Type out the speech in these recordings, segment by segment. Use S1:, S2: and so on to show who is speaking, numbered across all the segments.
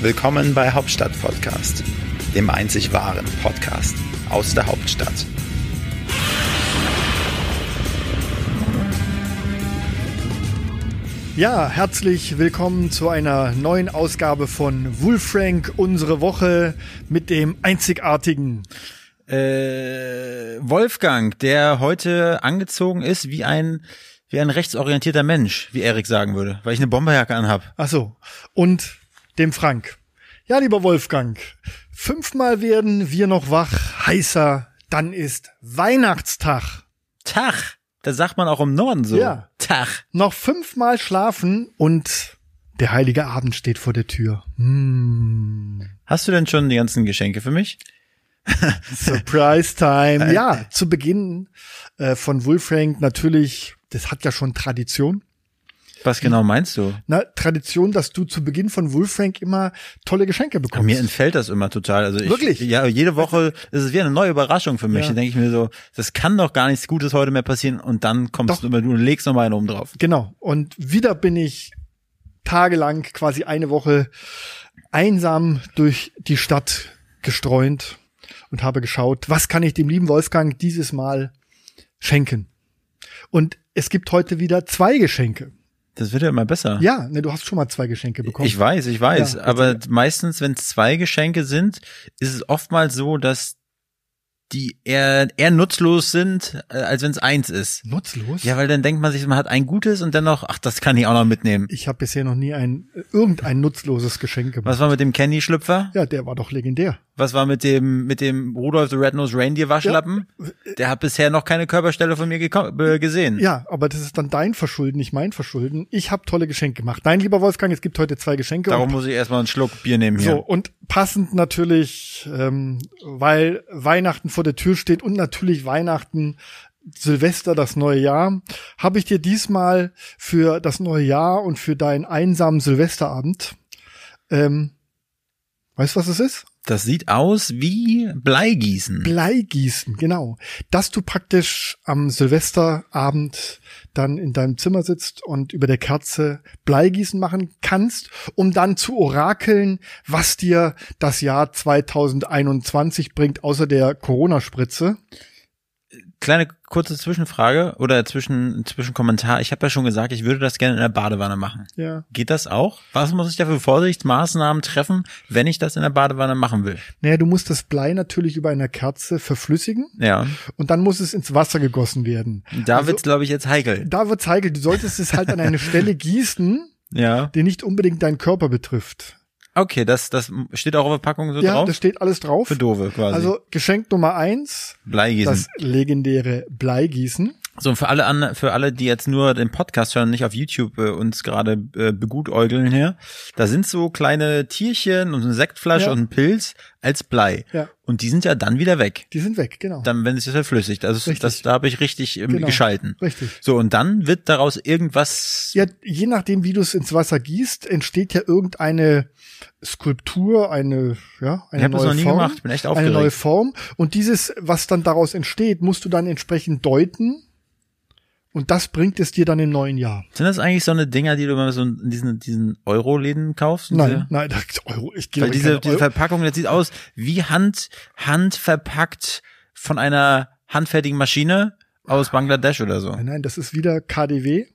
S1: Willkommen bei Hauptstadt Podcast, dem einzig wahren Podcast aus der Hauptstadt.
S2: Ja, herzlich willkommen zu einer neuen Ausgabe von Wolfrank, unsere Woche mit dem einzigartigen.
S3: Äh, Wolfgang, der heute angezogen ist wie ein wie ein rechtsorientierter Mensch, wie Erik sagen würde, weil ich eine Bomberjacke anhab.
S2: Ach so. Und dem Frank. Ja, lieber Wolfgang, fünfmal werden wir noch wach, heißer, dann ist Weihnachtstag.
S3: Tach, das sagt man auch im Norden so.
S2: Ja.
S3: Tach.
S2: Noch fünfmal schlafen und der heilige Abend steht vor der Tür. Hm.
S3: Hast du denn schon die ganzen Geschenke für mich?
S2: Surprise Time. Ja, zu Beginn äh, von Wolfrank natürlich, das hat ja schon Tradition.
S3: Was genau meinst du?
S2: Na, Tradition, dass du zu Beginn von Wolfrank immer tolle Geschenke bekommst.
S3: Mir entfällt das immer total. Also ich,
S2: Wirklich?
S3: Ja, jede Woche ist es wie eine neue Überraschung für mich.
S2: Ja.
S3: Dann denke ich mir so, das kann doch gar nichts Gutes heute mehr passieren. Und dann kommst du immer, du legst nochmal einen oben drauf.
S2: Genau. Und wieder bin ich tagelang, quasi eine Woche, einsam durch die Stadt gestreunt und habe geschaut, was kann ich dem lieben Wolfgang dieses Mal schenken. Und es gibt heute wieder zwei Geschenke.
S3: Das wird ja immer besser.
S2: Ja, ne, du hast schon mal zwei Geschenke bekommen.
S3: Ich weiß, ich weiß.
S2: Ja,
S3: aber meistens, wenn es zwei Geschenke sind, ist es oftmals so, dass die eher, eher nutzlos sind, äh, als wenn es eins ist.
S2: Nutzlos?
S3: Ja, weil dann denkt man sich, man hat ein gutes und dann noch, ach, das kann ich auch noch mitnehmen.
S2: Ich habe bisher noch nie ein äh, irgendein nutzloses Geschenk gemacht.
S3: Was war mit dem Candy-Schlüpfer?
S2: Ja, der war doch legendär.
S3: Was war mit dem, mit dem Rudolf the Red-Nosed Reindeer-Waschlappen? Der hat bisher noch keine Körperstelle von mir geko- äh, gesehen.
S2: Ja, aber das ist dann dein Verschulden, nicht mein Verschulden. Ich habe tolle Geschenke gemacht. Nein, lieber Wolfgang, es gibt heute zwei Geschenke.
S3: Darum
S2: und,
S3: muss ich erstmal einen Schluck Bier nehmen hier.
S2: so, und passend natürlich, ähm, weil Weihnachten vor der Tür steht und natürlich Weihnachten, Silvester, das neue Jahr, habe ich dir diesmal für das neue Jahr und für deinen einsamen Silvesterabend, ähm, weißt du, was es ist?
S3: Das sieht aus wie Bleigießen.
S2: Bleigießen, genau. Dass du praktisch am Silvesterabend dann in deinem Zimmer sitzt und über der Kerze Bleigießen machen kannst, um dann zu orakeln, was dir das Jahr 2021 bringt, außer der Corona-Spritze.
S3: kleine kurze Zwischenfrage oder zwischen Zwischenkommentar. Ich habe ja schon gesagt, ich würde das gerne in der Badewanne machen.
S2: Ja.
S3: Geht das auch? Was muss ich da für Vorsichtsmaßnahmen treffen, wenn ich das in der Badewanne machen will?
S2: Naja, du musst das Blei natürlich über einer Kerze verflüssigen
S3: Ja,
S2: und dann muss es ins Wasser gegossen werden.
S3: da wird's glaube ich jetzt heikel.
S2: Da wird's heikel. Du solltest es halt an eine Stelle gießen,
S3: Ja,
S2: die nicht unbedingt deinen Körper betrifft.
S3: okay, das das steht auch auf der Packung so
S2: ja,
S3: drauf
S2: da steht alles drauf.
S3: für Dove quasi.
S2: Also Geschenk Nummer eins,
S3: Bleigießen.
S2: das legendäre Bleigießen.
S3: So, und für alle, an, für alle, die jetzt nur den Podcast hören, nicht auf YouTube äh, uns gerade äh, begutäugeln hier, da sind so kleine Tierchen und eine Sektflasche
S2: Ja.
S3: und ein Pilz als Blei.
S2: Ja.
S3: Und die sind ja dann wieder weg.
S2: Die sind weg, genau.
S3: dann wenn es sich verflüssigt. Also
S2: Richtig.
S3: das, da habe ich richtig ähm,
S2: Genau.
S3: geschalten.
S2: Richtig.
S3: So, und dann wird daraus irgendwas.
S2: Ja, je nachdem, wie du es ins Wasser gießt, entsteht ja irgendeine Skulptur, eine, ja, eine
S3: Ich hab das
S2: neue
S3: noch nie
S2: Form.
S3: gemacht, bin echt
S2: Eine
S3: aufgeregt.
S2: neue Form. Und dieses, was dann daraus entsteht, musst du dann entsprechend deuten. Und das bringt es dir dann im neuen Jahr.
S3: Sind das eigentlich so eine Dinger, die du immer so in diesen, diesen Euro-Läden kaufst?
S2: Nein,
S3: Diese-
S2: nein, das ist Euro, ich gebe
S3: Weil diese,
S2: keine
S3: diese
S2: Euro.
S3: Verpackung, das sieht aus wie Hand, Hand verpackt von einer handfertigen Maschine aus Bangladesch oder so.
S2: Nein, nein, das ist wieder KDW.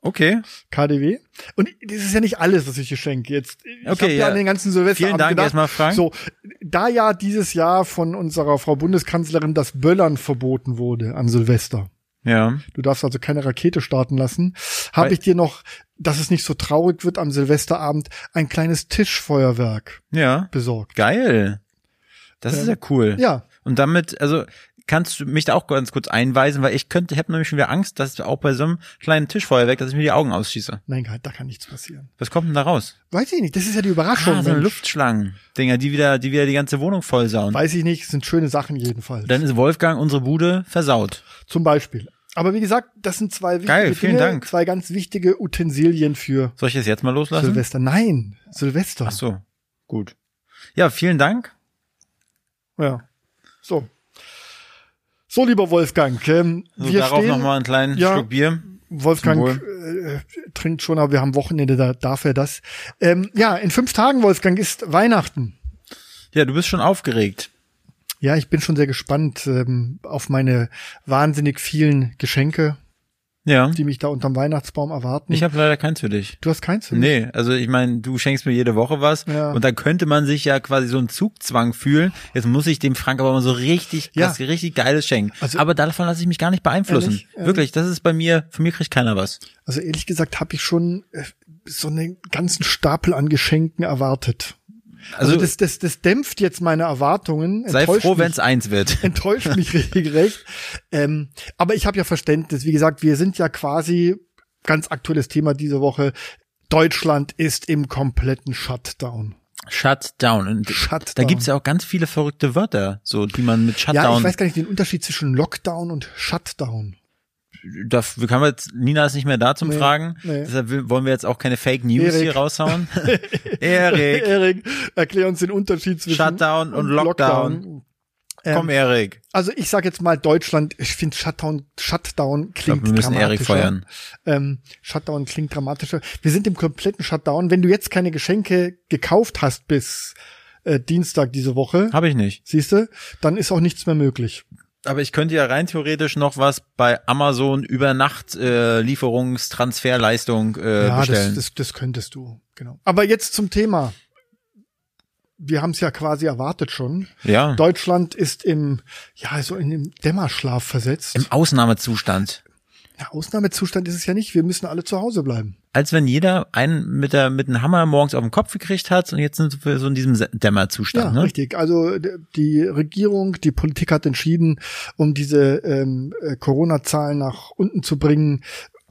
S3: Okay.
S2: KDW. Und das ist ja nicht alles, was ich hier schenke. Jetzt, ich
S3: Okay,
S2: hab ja,
S3: ja.
S2: an den ganzen Silvester
S3: Vielen Dank
S2: gedacht.
S3: erstmal, Frank.
S2: So, da ja dieses Jahr von unserer Frau Bundeskanzlerin das Böllern verboten wurde an Silvester.
S3: Ja.
S2: Du darfst also keine Rakete starten lassen. Habe
S3: Weil-
S2: ich dir noch, dass es nicht so traurig wird am Silvesterabend, ein kleines Tischfeuerwerk
S3: Ja.
S2: besorgt.
S3: Geil. Das ist ja cool.
S2: Ähm, Ja,
S3: Und damit, also kannst du mich da auch ganz kurz einweisen, weil ich könnte, ich habe nämlich schon wieder Angst, dass auch bei so einem kleinen Tischfeuerwerk, dass ich mir die Augen ausschieße.
S2: nein, da kann nichts passieren.
S3: Was kommt denn da raus?
S2: Weiß ich nicht, das ist ja die Überraschung.
S3: Ah, so eine
S2: Mensch.
S3: Luftschlangen-Dinger, die wieder, die wieder die ganze Wohnung vollsauen.
S2: Weiß ich nicht, sind schöne Sachen jedenfalls.
S3: Dann ist Wolfgang unsere Bude versaut.
S2: Zum Beispiel. Aber wie gesagt, das sind zwei wichtige
S3: Geil, vielen
S2: Dinge,
S3: Dank.
S2: zwei ganz wichtige Utensilien für
S3: Soll ich das jetzt mal loslassen?
S2: Silvester. Nein, Silvester.
S3: Ach so, gut. Ja, vielen Dank.
S2: Ja. So. So, lieber Wolfgang, ähm,
S3: So,
S2: wir
S3: darauf
S2: stehen.
S3: Also nochmal einen kleinen
S2: Ja.
S3: Schluck Bier.
S2: Wolfgang äh, trinkt schon, aber wir haben Wochenende, da darf er das. Ähm, ja, in fünf Tagen, Wolfgang, ist Weihnachten.
S3: Ja, du bist schon aufgeregt.
S2: Ja, ich bin schon sehr gespannt ähm, auf meine wahnsinnig vielen Geschenke,
S3: Ja.
S2: die mich da unterm Weihnachtsbaum erwarten.
S3: Ich habe leider keins für dich.
S2: du hast keins für mich?
S3: Nee, also ich meine, du schenkst mir jede Woche was
S2: Ja.
S3: und dann könnte man sich ja quasi so einen Zugzwang fühlen. Jetzt muss ich dem Frank aber mal so richtig,
S2: Ja.
S3: was richtig Geiles schenken.
S2: Also-
S3: aber davon lasse ich mich gar nicht beeinflussen.
S2: Ehrlich? Ehrlich?
S3: Wirklich, das ist bei mir, von mir kriegt keiner was.
S2: Also ehrlich gesagt habe ich schon äh, so einen ganzen Stapel an Geschenken erwartet. Also,
S3: Also,
S2: das, das, das dämpft jetzt meine Erwartungen.
S3: sei
S2: enttäuscht
S3: froh,
S2: mich.
S3: wenn es eins wird.
S2: enttäuscht mich regelrecht. Ähm, aber ich habe ja Verständnis. Wie gesagt, wir sind ja quasi ganz aktuelles Thema diese Woche. Deutschland ist im kompletten Shutdown.
S3: Shutdown. Und
S2: Shutdown.
S3: Da gibt's ja auch ganz viele verrückte Wörter, so die man mit
S2: Ja, ich
S3: Shutdown.
S2: weiß gar nicht den Unterschied zwischen Lockdown und Shutdown.
S3: da kann man jetzt, Nina ist nicht mehr da zum
S2: Nee,
S3: Fragen.
S2: nee.
S3: Deshalb will- wollen wir jetzt auch keine Fake News
S2: Erik.
S3: hier raushauen. Erik,
S2: Erik, erklär uns den Unterschied zwischen
S3: Shutdown und Lockdown.
S2: Ähm,
S3: komm Erik.
S2: Also ich sage jetzt mal Deutschland, ich finde Shutdown, Shutdown
S3: Ich glaube,
S2: klingt
S3: wir müssen Erik
S2: dramatischer.
S3: feuern.
S2: Ähm, Shutdown klingt dramatischer. Wir sind im kompletten Shutdown. Wenn du jetzt keine Geschenke gekauft hast bis äh, Dienstag diese Woche,
S3: Habe ich nicht.
S2: siehst du, dann ist auch nichts mehr möglich.
S3: Aber ich könnte ja rein theoretisch noch was bei Amazon über Nacht äh, Lieferungstransferleistung äh,
S2: ja, das,
S3: bestellen.
S2: das, das könntest du, genau. Aber jetzt zum Thema. Wir haben es ja quasi erwartet schon.
S3: ja.
S2: Deutschland ist im, ja, so in den Dämmerschlaf versetzt.
S3: Im Ausnahmezustand.
S2: ja, Ausnahmezustand ist es ja nicht. Wir müssen alle zu Hause bleiben.
S3: Als wenn jeder einen mit der mit einem Hammer morgens auf den Kopf gekriegt hat und jetzt sind wir so in diesem Se-
S2: Ja,
S3: Dämmerzustand. ne?
S2: richtig. Also d- die Regierung, die Politik hat entschieden, um diese ähm, äh, Corona-Zahlen nach unten zu bringen,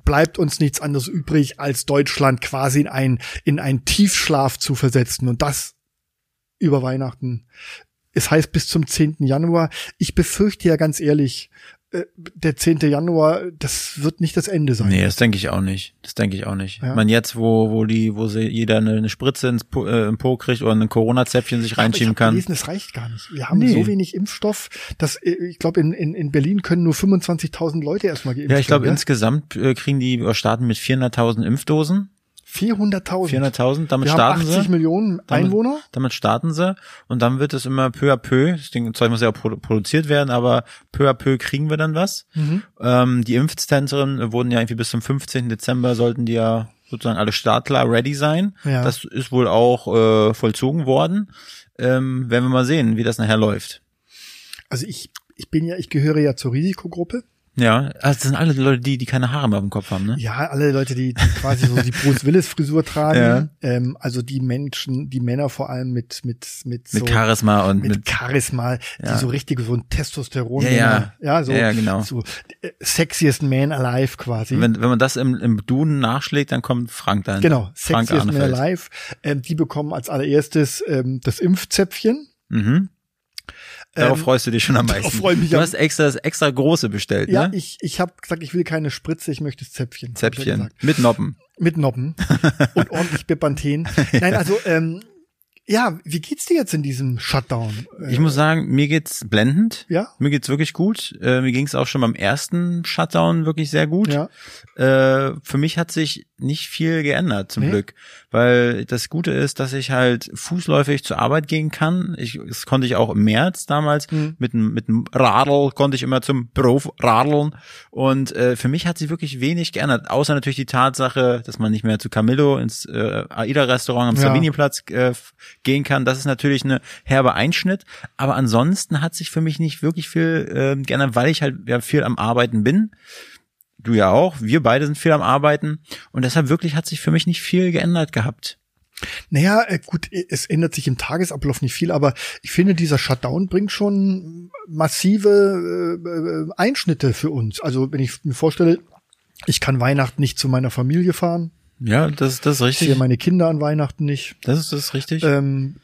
S2: bleibt uns nichts anderes übrig, als Deutschland quasi in ein in einen Tiefschlaf zu versetzen. Und das über Weihnachten. Es heißt bis zum 10. Januar. Ich befürchte ja ganz ehrlich, äh, der 10. Januar, das wird nicht das Ende sein.
S3: Nee, das denke ich auch nicht. Das denke ich auch nicht.
S2: Ja.
S3: Ich meine, jetzt, wo, wo die, wo sie jeder eine, eine Spritze ins po, äh, im Po kriegt oder ein Corona-Zäpfchen sich reinschieben
S2: Aber ich hab
S3: kann.
S2: Gelesen, es reicht gar nicht. Wir haben
S3: Nee.
S2: so wenig Impfstoff, dass äh, ich glaube, in, in, in Berlin können nur 25.000 Leute erstmal geimpft
S3: Ja, ich glaube,
S2: werden.
S3: insgesamt äh, kriegen die oder starten mit 400.000 Impfdosen.
S2: Ja, 400.000.
S3: 400.000, damit
S2: Wir haben
S3: starten
S2: 80
S3: sie.
S2: Millionen
S3: Damit-
S2: Einwohner.
S3: Damit starten sie. Und dann wird es immer peu à peu, das Ding, Zeug muss ja auch produ- produziert werden, aber peu à peu kriegen wir dann was.
S2: Mhm.
S3: Ähm, die Impfzentren wurden ja irgendwie bis zum 15. Dezember sollten die ja sozusagen alle startklar ready sein.
S2: Ja.
S3: Das ist wohl auch äh, vollzogen worden. Ähm, werden wir mal sehen, wie das nachher läuft.
S2: Also ich, ich bin ja, ich gehöre ja zur Risikogruppe.
S3: Ja, also das sind alle Leute, die, die keine Haare mehr auf dem Kopf haben, ne?
S2: Ja, alle Leute, die, die quasi so die Bruce Willis Frisur tragen.
S3: Ja.
S2: Ähm, also die Menschen, die Männer vor allem mit, mit, mit, so.
S3: Mit Charisma und
S2: mit,
S3: mit,
S2: Charisma,
S3: Ja.
S2: die so richtig so ein Testosteron,
S3: Ja, ja.
S2: ja, so,
S3: Ja, ja, genau.
S2: so äh, sexiest man alive quasi.
S3: wenn, wenn man das im, im Duden nachschlägt, dann kommt Frank dann.
S2: Genau,
S3: Frank
S2: Sexy ist mehr
S3: Arnefeld.
S2: live. Ähm, die bekommen als allererstes ähm, das Impfzäpfchen.
S3: Mhm. Darauf
S2: Ähm,
S3: freust du dich schon am
S2: darauf
S3: meisten.
S2: freu ich mich
S3: du
S2: am-
S3: hast extra das extra große bestellt,
S2: Ja,
S3: ne?
S2: ich, ich habe gesagt, ich will keine Spritze, ich möchte das Zäpfchen. hab ich ja
S3: Zäpfchen
S2: gesagt.
S3: mit Noppen.
S2: Mit Noppen und ordentlich Bepanthen. Nein, also, ähm, ja, wie geht's dir jetzt in diesem Shutdown? Äh,
S3: Ich muss sagen, mir geht's blendend.
S2: Ja.
S3: Mir geht's wirklich gut. Äh, mir ging's auch schon beim ersten Shutdown wirklich sehr gut.
S2: Ja.
S3: Äh, für mich hat sich nicht viel geändert zum
S2: Nee.
S3: Glück, weil das Gute ist, dass ich halt fußläufig zur Arbeit gehen kann. Ich, das konnte ich auch im März damals
S2: Mhm.
S3: mit dem mit dem Radl konnte ich immer zum Beruf radeln und äh, für mich hat sich wirklich wenig geändert, außer natürlich die Tatsache, dass man nicht mehr zu Camillo ins äh, Aida Restaurant am
S2: Ja.
S3: Sabini Platz äh, f- gehen kann. Das ist natürlich eine herbe Einschnitt, aber ansonsten hat sich für mich nicht wirklich viel ähm, geändert, weil ich halt ja viel am Arbeiten bin. Du ja auch, wir beide sind viel am Arbeiten und deshalb wirklich hat sich für mich nicht viel geändert gehabt.
S2: Naja, äh, gut, es ändert sich im Tagesablauf nicht viel, aber ich finde, dieser Shutdown bringt schon massive äh, äh, Einschnitte für uns. Also, wenn ich mir vorstelle, ich kann Weihnachten nicht zu meiner Familie fahren,
S3: Ja, das, das ist
S2: ich sehe
S3: richtig.
S2: meine Kinder an Weihnachten nicht.
S3: Das ist, das ist richtig.
S2: Ähm,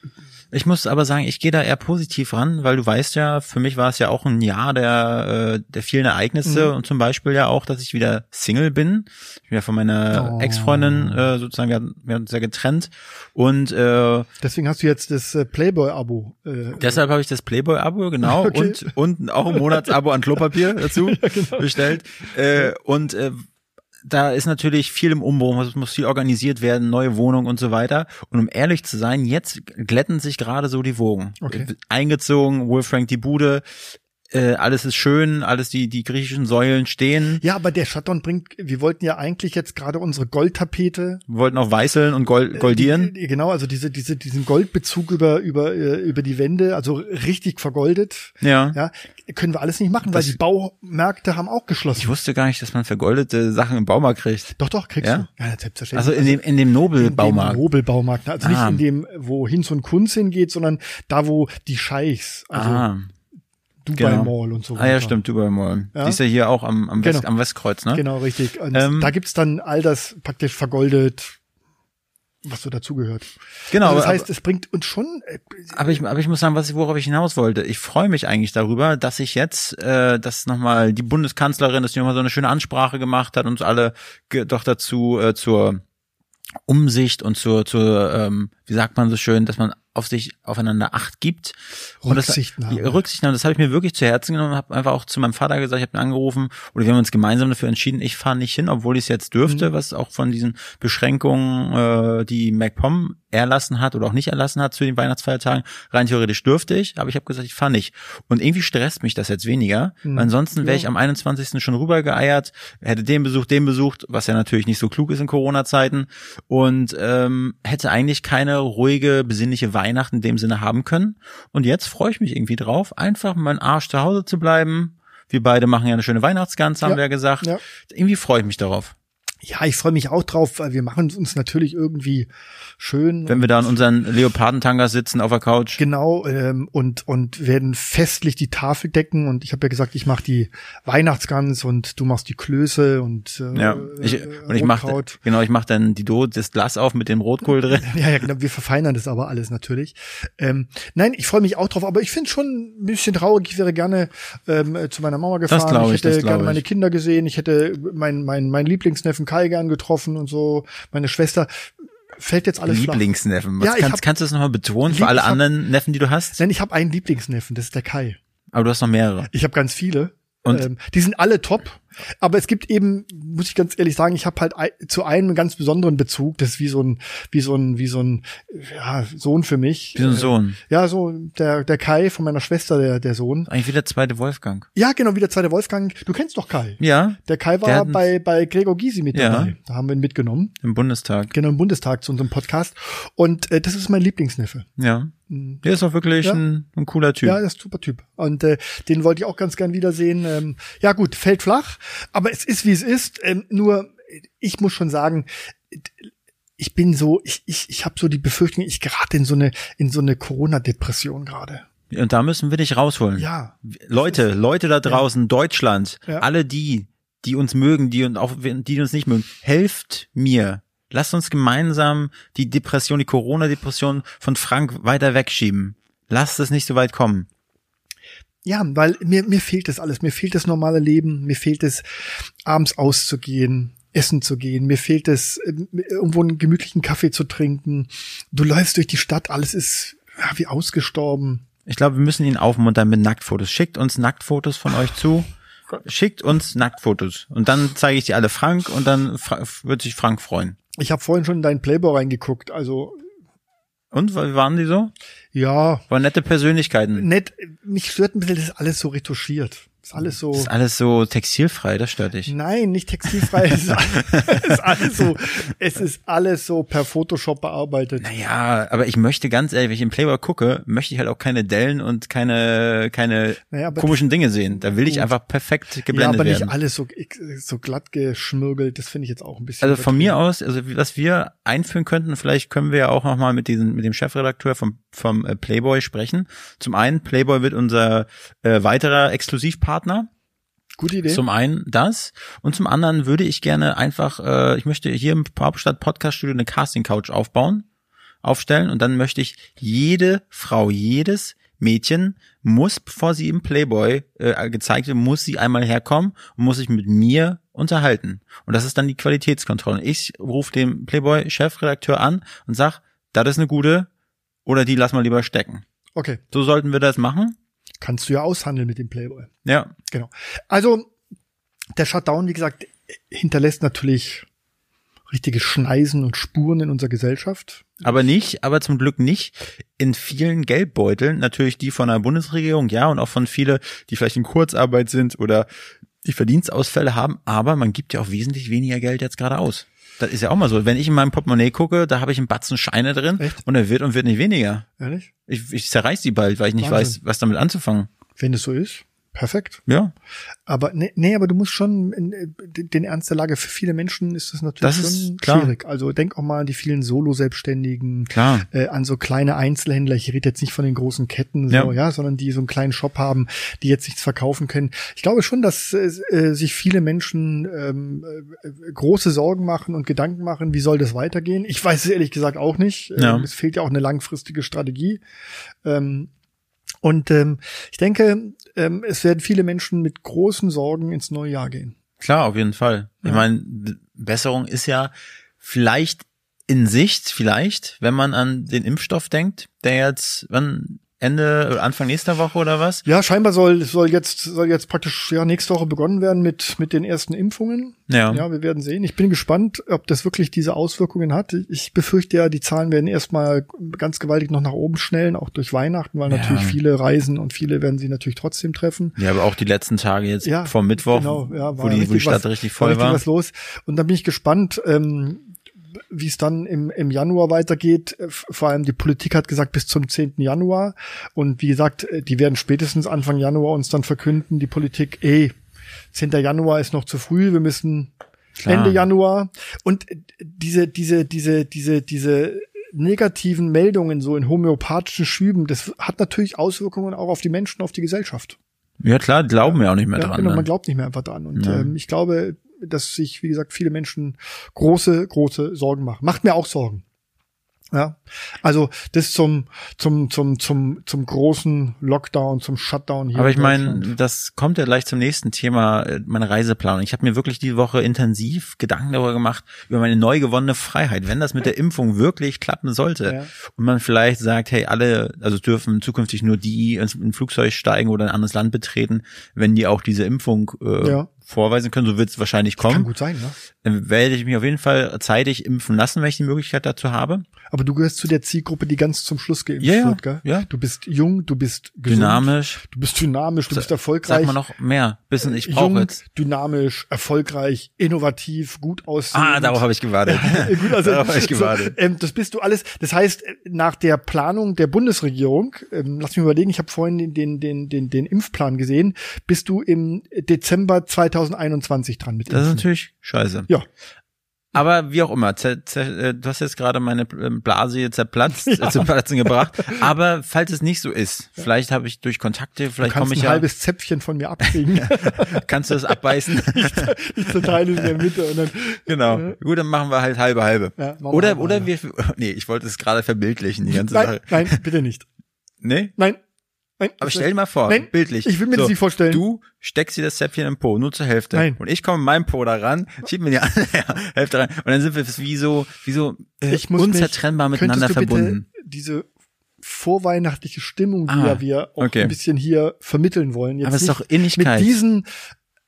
S3: Ich muss aber sagen, ich gehe da eher positiv ran, weil du weißt ja, für mich war es ja auch ein Jahr der, äh, der vielen Ereignisse und zum Beispiel ja auch, dass ich wieder Single bin. Ich bin ja von meiner
S2: Oh.
S3: Ex-Freundin äh, sozusagen, wir, hatten- wir haben uns ja getrennt und äh,
S2: Deswegen hast du jetzt das äh, Playboy-Abo. Äh,
S3: deshalb habe ich das Playboy-Abo, genau,
S2: Okay.
S3: und, und auch ein Monatsabo an Klopapier dazu bestellt äh, und äh, da ist natürlich viel im Umbruch, es muss viel organisiert werden, neue Wohnungen und so weiter. Und um ehrlich zu sein, jetzt glätten sich gerade so die Wogen.
S2: Okay.
S3: Eingezogen, Wolfrank die Bude, äh, alles ist schön, alles die, die griechischen Säulen stehen.
S2: Ja, aber der Shutdown bringt, wir wollten ja eigentlich jetzt gerade unsere Goldtapete.
S3: Wir wollten auch weißeln und gol goldieren.
S2: Die, die, genau, also diese, diese, diesen Goldbezug über, über, äh, über die Wände, also richtig vergoldet.
S3: ja.
S2: Ja, können wir alles nicht machen,
S3: Das-
S2: weil die Baumärkte haben auch
S3: Ich
S2: geschlossen.
S3: wusste gar nicht, dass man vergoldete Sachen im Baumarkt kriegt.
S2: Doch, doch, kriegst
S3: Ja?
S2: du. Ja, selbstverständlich.
S3: Also in dem, in dem
S2: In
S3: Nobelbaumarkt.
S2: dem Nobelbaumarkt. ne? Also nicht
S3: Ah.
S2: in dem, wo Hinz und Kunz hingeht, sondern da, wo die Scheichs, also
S3: ah,
S2: Dubai
S3: genau.
S2: Mall und so
S3: ah ja, stimmt, Dubai Mall.
S2: Ja?
S3: Die ist ja hier auch am, am, West,
S2: Genau.
S3: am Westkreuz, ne?
S2: Genau, richtig. Und
S3: Ähm.
S2: da gibt's dann all das praktisch vergoldet, was so dazugehört.
S3: Genau,
S2: also das
S3: aber-
S2: heißt, es bringt uns schon, äh,
S3: Aber ich, aber ich muss sagen, was ich, worauf ich hinaus wollte. Ich freue mich eigentlich darüber, dass ich jetzt, äh, dass nochmal die Bundeskanzlerin, dass die nochmal so eine schöne Ansprache gemacht hat, uns alle ge- doch dazu äh, zur Umsicht und zur, zur ähm, wie sagt man so schön, dass man auf sich aufeinander Acht gibt. Und das-
S2: Rücksichtnahme.
S3: die Rücksichtnahme, das habe ich mir wirklich zu Herzen genommen, habe einfach auch zu meinem Vater gesagt, ich habe ihn angerufen oder wir haben uns gemeinsam dafür entschieden, ich fahre nicht hin, obwohl ich es jetzt dürfte, was auch von diesen Beschränkungen, äh, die MacPom erlassen hat oder auch nicht erlassen hat zu den Weihnachtsfeiertagen, rein theoretisch dürfte ich, aber ich habe gesagt, ich fahre nicht. Und irgendwie stresst mich das jetzt weniger,
S2: Mhm.
S3: weil ansonsten wäre
S2: Ja.
S3: ich am 21. schon rübergeeiert, hätte den besucht, den besucht, was ja natürlich nicht so klug ist in Corona-Zeiten und ähm, hätte eigentlich keine ruhige, besinnliche Weihnachten in dem Sinne haben können. Und jetzt freue ich mich irgendwie drauf, einfach meinen Arsch zu Hause zu bleiben. Wir beide machen ja eine schöne Weihnachtsgans, haben
S2: Ja,
S3: wir ja gesagt.
S2: ja.
S3: Irgendwie freue ich mich darauf.
S2: ja, ich freue mich auch drauf, weil wir machen es uns natürlich irgendwie schön.
S3: Wenn wir da in unseren Leopardentanga sitzen auf der Couch.
S2: Genau, ähm, und, und werden festlich die Tafel decken. Und ich habe ja gesagt, ich mache die Weihnachtsgans und du machst die Klöße und äh,
S3: Ja, ich,
S2: äh,
S3: und ich mache
S2: Rotkraut.
S3: genau, ich mache dann die Do das Glas auf mit dem Rotkohl drin.
S2: Ja, ja, genau, wir verfeinern das aber alles natürlich. Ähm, nein, ich freue mich auch drauf, aber ich finde schon ein bisschen traurig. Ich wäre gerne ähm, äh, zu meiner Mama gefahren.
S3: glaub ich,
S2: ich hätte
S3: das glaub
S2: gerne
S3: ich.
S2: meine Kinder gesehen. Ich hätte meinen mein, mein Lieblingsneffen Kai gern getroffen und so. Meine Schwester fällt jetzt alles flach.
S3: Lieblingsneffen. Was
S2: Ja, ich
S3: kannst,
S2: hab-
S3: kannst du das nochmal betonen für
S2: Lieb-
S3: alle
S2: ich hab-
S3: anderen Neffen, die du hast?
S2: Denn ich habe einen Lieblingsneffen, das ist der Kai.
S3: Aber du hast noch mehrere.
S2: Ich habe ganz viele.
S3: Und-
S2: ähm, die sind alle top, aber es gibt eben, muss ich ganz ehrlich sagen, ich habe halt ei- zu einem einen ganz besonderen Bezug. Das ist wie so ein, wie so ein, wie so ein ja, Sohn für mich.
S3: Wie so ein
S2: Äh,
S3: Sohn.
S2: Ja, so der, der Kai von meiner Schwester, der, der Sohn.
S3: Eigentlich wie der zweite Wolfgang.
S2: Ja, genau, wie der zweite Wolfgang. Du kennst doch Kai.
S3: Ja,
S2: Der Kai
S3: Der
S2: war
S3: hat uns-
S2: bei, bei Gregor Gysi mit
S3: Ja.
S2: dabei. Da haben wir ihn mitgenommen.
S3: im Bundestag.
S2: Genau, im Bundestag zu unserem Podcast. Und äh, das ist mein Lieblingsneffe.
S3: Ja. Der ist auch wirklich
S2: Ja.
S3: ein, ein cooler Typ.
S2: Ja, das ist ein super Typ. Und äh, den wollte ich auch ganz gern wiedersehen. Ähm, ja gut, fällt flach, aber es ist, wie es ist. Ähm, nur, äh, ich muss schon sagen, äh, ich bin so, ich, ich, ich habe so die Befürchtung, ich gerate in so eine, in so eine Corona-Depression gerade.
S3: Und da müssen wir dich rausholen.
S2: Ja.
S3: Leute, Leute da draußen, Deutschland,
S2: Ja.
S3: alle die, die uns mögen, die und auch die die uns nicht mögen, helft mir. Lasst uns gemeinsam die Depression, die Corona-Depression von Frank weiter wegschieben. Lasst es nicht so weit kommen.
S2: Ja, weil mir, mir fehlt das alles. Mir fehlt das normale Leben. Mir fehlt es, abends auszugehen, essen zu gehen. Mir fehlt es, ähm, irgendwo einen gemütlichen Kaffee zu trinken. Du läufst durch die Stadt, alles ist ja, wie ausgestorben.
S3: Ich glaube, wir müssen ihn aufmuntern mit Nacktfotos. Schickt uns Nacktfotos von euch zu. Schickt uns Nacktfotos. Und dann zeige ich die alle Frank und dann fra wird sich Frank freuen.
S2: Ich habe vorhin schon in deinen Playboy reingeguckt. Also,
S3: Und wie waren die so?
S2: ja,
S3: Waren nette Persönlichkeiten.
S2: nett. Mich stört ein bisschen, das ist alles so retuschiert. Das ist alles so.
S3: Das ist alles so textilfrei, das stört dich.
S2: Nein, nicht textilfrei. es, ist alles, es ist alles so, es ist alles so per Photoshop bearbeitet.
S3: Naja, aber ich möchte ganz ehrlich, wenn ich im Playboy gucke, möchte ich halt auch keine Dellen und keine, keine
S2: Naja, aber-
S3: komischen Dinge sehen. Da will ich einfach perfekt
S2: Ja,
S3: geblendet
S2: aber nicht
S3: werden.
S2: alles so, so glatt geschmürgelt. Das finde ich jetzt auch ein bisschen.
S3: Also von
S2: übertrieben.
S3: mir aus, also wie- was wir einführen könnten, vielleicht können wir ja auch nochmal mit diesem, mit dem Chefredakteur vom, vom äh, Playboy sprechen. Zum einen, Playboy wird unser äh, weiterer Exklusivpartner.
S2: Gute Idee.
S3: Zum einen das und zum anderen würde ich gerne einfach, äh, ich möchte hier im Hauptstadt Podcast Studio eine Casting Couch aufbauen, aufstellen und dann möchte ich jede Frau, jedes Mädchen muss, bevor sie im Playboy äh, gezeigt wird, muss sie einmal herkommen und muss sich mit mir unterhalten. Und das ist dann die Qualitätskontrolle. Ich rufe den Playboy-Chefredakteur an und sag, das ist eine gute oder die lass mal lieber stecken.
S2: okay.
S3: So sollten wir das machen.
S2: Kannst du ja aushandeln mit dem Playboy.
S3: Ja,
S2: Genau. Also, der Shutdown, wie gesagt, hinterlässt natürlich richtige Schneisen und Spuren in unserer Gesellschaft.
S3: Aber nicht, aber zum Glück nicht in vielen Geldbeuteln, natürlich die von der Bundesregierung, ja, und auch von viele, die vielleicht in Kurzarbeit sind oder die Verdienstausfälle haben, aber man gibt ja auch wesentlich weniger Geld jetzt gerade aus. Das ist ja auch mal so. Wenn ich in meinem Portemonnaie gucke, da habe ich einen Batzen Scheine drin
S2: Echt?
S3: und er wird und wird nicht weniger.
S2: Ehrlich?
S3: Ich, ich zerreiß die bald, weil ich nicht
S2: Wahnsinn.
S3: weiß, was damit anzufangen.
S2: Wenn es so ist. Perfekt.
S3: Ja,
S2: Aber nee, nee aber du musst schon in, äh, den den Ernst der Lage, für viele Menschen ist das natürlich
S3: Das ist
S2: schon
S3: klar.
S2: schwierig. Also denk auch mal an die vielen Solo-Selbstständigen,
S3: klar.
S2: äh, an so kleine Einzelhändler. Ich rede jetzt nicht von den großen Ketten, so, ja.
S3: Ja.
S2: sondern die so einen kleinen Shop haben, die jetzt nichts verkaufen können. Ich glaube schon, dass äh, äh, sich viele Menschen ähm, äh, äh, große Sorgen machen und Gedanken machen, wie soll das weitergehen. Ich weiß es ehrlich gesagt auch nicht.
S3: Ja.
S2: Ähm, es fehlt ja auch eine langfristige Strategie. Ähm, und ähm, ich denke, ähm, es werden viele Menschen mit großen Sorgen ins neue Jahr gehen.
S3: Klar, auf jeden Fall.
S2: Ja.
S3: Ich meine, B- Besserung ist ja vielleicht in Sicht, vielleicht, wenn man an den Impfstoff denkt, der jetzt wann Ende oder Anfang nächster Woche oder was?
S2: Ja, scheinbar soll soll jetzt soll jetzt praktisch ja nächste Woche begonnen werden mit mit den ersten Impfungen.
S3: Ja.
S2: Ja, wir werden sehen. Ich bin gespannt, ob das wirklich diese Auswirkungen hat. Ich befürchte ja, die Zahlen werden erstmal ganz gewaltig noch nach oben schnellen, auch durch Weihnachten, weil
S3: Ja.
S2: natürlich viele reisen und viele werden sie natürlich trotzdem treffen.
S3: Ja, aber auch die letzten Tage jetzt
S2: Ja,
S3: vor Mittwoch,
S2: genau, ja, war
S3: wo, die, wo die
S2: richtig
S3: Stadt
S2: was-
S3: richtig
S2: Da
S3: voll
S2: richtig
S3: war.
S2: was los. Und dann bin ich gespannt, ähm, wie es dann im, im Januar weitergeht. Äh, f- Vor allem die Politik hat gesagt, bis zum 10. Januar. Und wie gesagt, äh, die werden spätestens Anfang Januar uns dann verkünden, die Politik, ey, 10. Januar ist noch zu früh, wir müssen
S3: Klar.
S2: Ende Januar. Und äh, diese, diese, diese, diese, diese negativen Meldungen so in homöopathischen Schüben, das hat natürlich Auswirkungen auch auf die Menschen, auf die Gesellschaft.
S3: Ja klar, glauben ja, auch nicht mehr
S2: Ja,
S3: dran.
S2: genau,
S3: ne?
S2: man glaubt nicht mehr einfach dran. Und
S3: Ja.
S2: ähm, ich glaube, dass sich, wie gesagt, viele Menschen große, große Sorgen machen. Macht mir auch Sorgen. Ja, also das zum zum zum zum zum großen Lockdown, zum Shutdown hier.
S3: Aber
S2: in
S3: ich meine,
S2: Deutschland.
S3: das kommt ja gleich zum nächsten Thema, äh, meine Reiseplanung. Ich habe mir wirklich die Woche intensiv Gedanken darüber gemacht, über meine neu gewonnene Freiheit, wenn das mit der Impfung wirklich klappen sollte.
S2: Ja.
S3: Und man vielleicht sagt, hey, alle, also dürfen zukünftig nur die ins in ein Flugzeug steigen oder ein anderes Land betreten, wenn die auch diese Impfung äh,
S2: Ja.
S3: vorweisen können, so wird es wahrscheinlich
S2: kann
S3: kommen.
S2: gut sein, ne?
S3: Dann werde ich mich auf jeden Fall zeitig impfen lassen, wenn ich die Möglichkeit dazu habe.
S2: Aber du gehörst zu der Zielgruppe, die ganz zum Schluss geimpft
S3: Ja, ja,
S2: wird, gell?
S3: ja.
S2: Du bist jung, du bist gesund,
S3: Dynamisch.
S2: du bist dynamisch, du bist
S3: Sag
S2: erfolgreich.
S3: mal noch mehr. Bisschen, ich brauche
S2: jung,
S3: jetzt.
S2: dynamisch, erfolgreich, innovativ, gut aussehend.
S3: Ah, darauf habe ich gewartet.
S2: Gut, also,
S3: darauf habe ich
S2: so,
S3: gewartet.
S2: ähm, das bist du alles. Das heißt, äh, nach der Planung der Bundesregierung, ähm, lass mich überlegen, ich habe vorhin den, den, den, den, den Impfplan gesehen, bist du im Dezember 2021 dran mit
S3: Das ist
S2: Impfen.
S3: natürlich scheiße.
S2: Ja.
S3: Aber wie auch immer, zer, zer, äh, du hast jetzt gerade meine ähm, Blase hier zerplatzt, äh, zum Platzen gebracht. Aber falls es nicht so ist, vielleicht habe ich durch Kontakte,
S2: Du
S3: vielleicht
S2: kannst
S3: komme
S2: ein
S3: ich ja,
S2: halbes Zäpfchen von mir abkriegen.
S3: kannst du das abbeißen?
S2: ich zerteile es in der Mitte und dann
S3: genau. Gut, dann machen wir halt halbe halbe.
S2: Ja, machen wir
S3: oder
S2: halbe,
S3: oder
S2: halbe.
S3: wir nee, ich wollte es gerade verbildlichen, die ganze
S2: nein,
S3: Sache.
S2: nein, bitte nicht.
S3: Nee?
S2: Nein. Nein.
S3: Aber stell dir mal vor,
S2: Nein,
S3: bildlich.
S2: ich will mir das nicht vorstellen.
S3: Du steckst dir das Zäpfchen im Po, nur zur Hälfte.
S2: Nein.
S3: Und ich komme mit meinem Po da ran, schieb mir die andere Hälfte rein. Und dann sind wir wie so, wie so äh,
S2: ich muss
S3: unzertrennbar
S2: mich,
S3: miteinander
S2: könntest du
S3: verbunden.
S2: Bitte diese vorweihnachtliche Stimmung, die
S3: Ah,
S2: ja wir auch
S3: okay.
S2: ein bisschen hier vermitteln wollen. Jetzt
S3: Aber es ist
S2: nicht
S3: doch Innigkeit.
S2: Mit diesen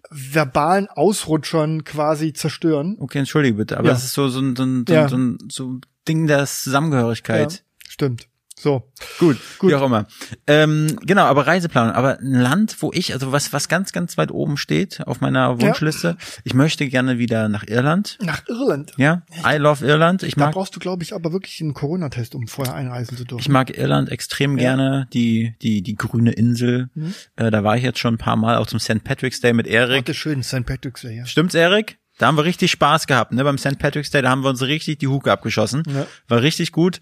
S2: verbalen Ausrutschern quasi zerstören.
S3: Okay, entschuldige bitte, aber
S2: Ja.
S3: das ist so, so, ein- so, ein- so, ein-
S2: Ja.
S3: so, ein- so ein Ding der Zusammengehörigkeit.
S2: Ja, stimmt. So.
S3: Gut,
S2: Gut.
S3: Gut, wie auch immer. Ähm, genau, aber Reiseplanung, aber ein Land, wo ich, also was, was ganz, ganz weit oben steht auf meiner Wunschliste, ich möchte gerne wieder nach Irland.
S2: Nach Irland.
S3: Ja, I love Irland. Ich
S2: Da
S3: mag,
S2: brauchst du, glaube ich, aber wirklich einen Corona-Test, um vorher einreisen zu
S3: ich
S2: dürfen.
S3: mag Irland extrem gerne, die, die, die grüne Insel.
S2: Mhm.
S3: Äh, da war ich jetzt schon ein paar Mal, auch zum St. Patrick's Day mit Erik.
S2: Warte, schön, St. Patrick's Day, ja.
S3: Stimmt's, Erik? Da haben wir richtig Spaß gehabt, ne? Beim St. Patrick's Day, da haben wir uns richtig die Huke abgeschossen.
S2: Ja.
S3: War richtig gut.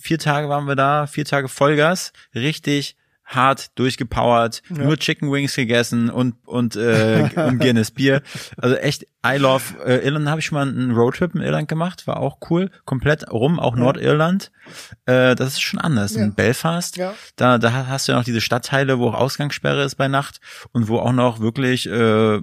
S3: Vier Tage waren wir da, vier Tage Vollgas, richtig hart durchgepowert, nur Chicken Wings gegessen und und, äh, und Guinness Bier. Also echt, I love äh, Irland. Habe ich schon mal einen Roadtrip in Irland gemacht, war auch cool. Komplett rum, auch Nordirland. Äh, das ist schon anders.
S2: Ja.
S3: In Belfast,
S2: Ja.
S3: da, da hast du ja noch diese Stadtteile, wo auch Ausgangssperre ist bei Nacht und wo auch noch wirklich äh,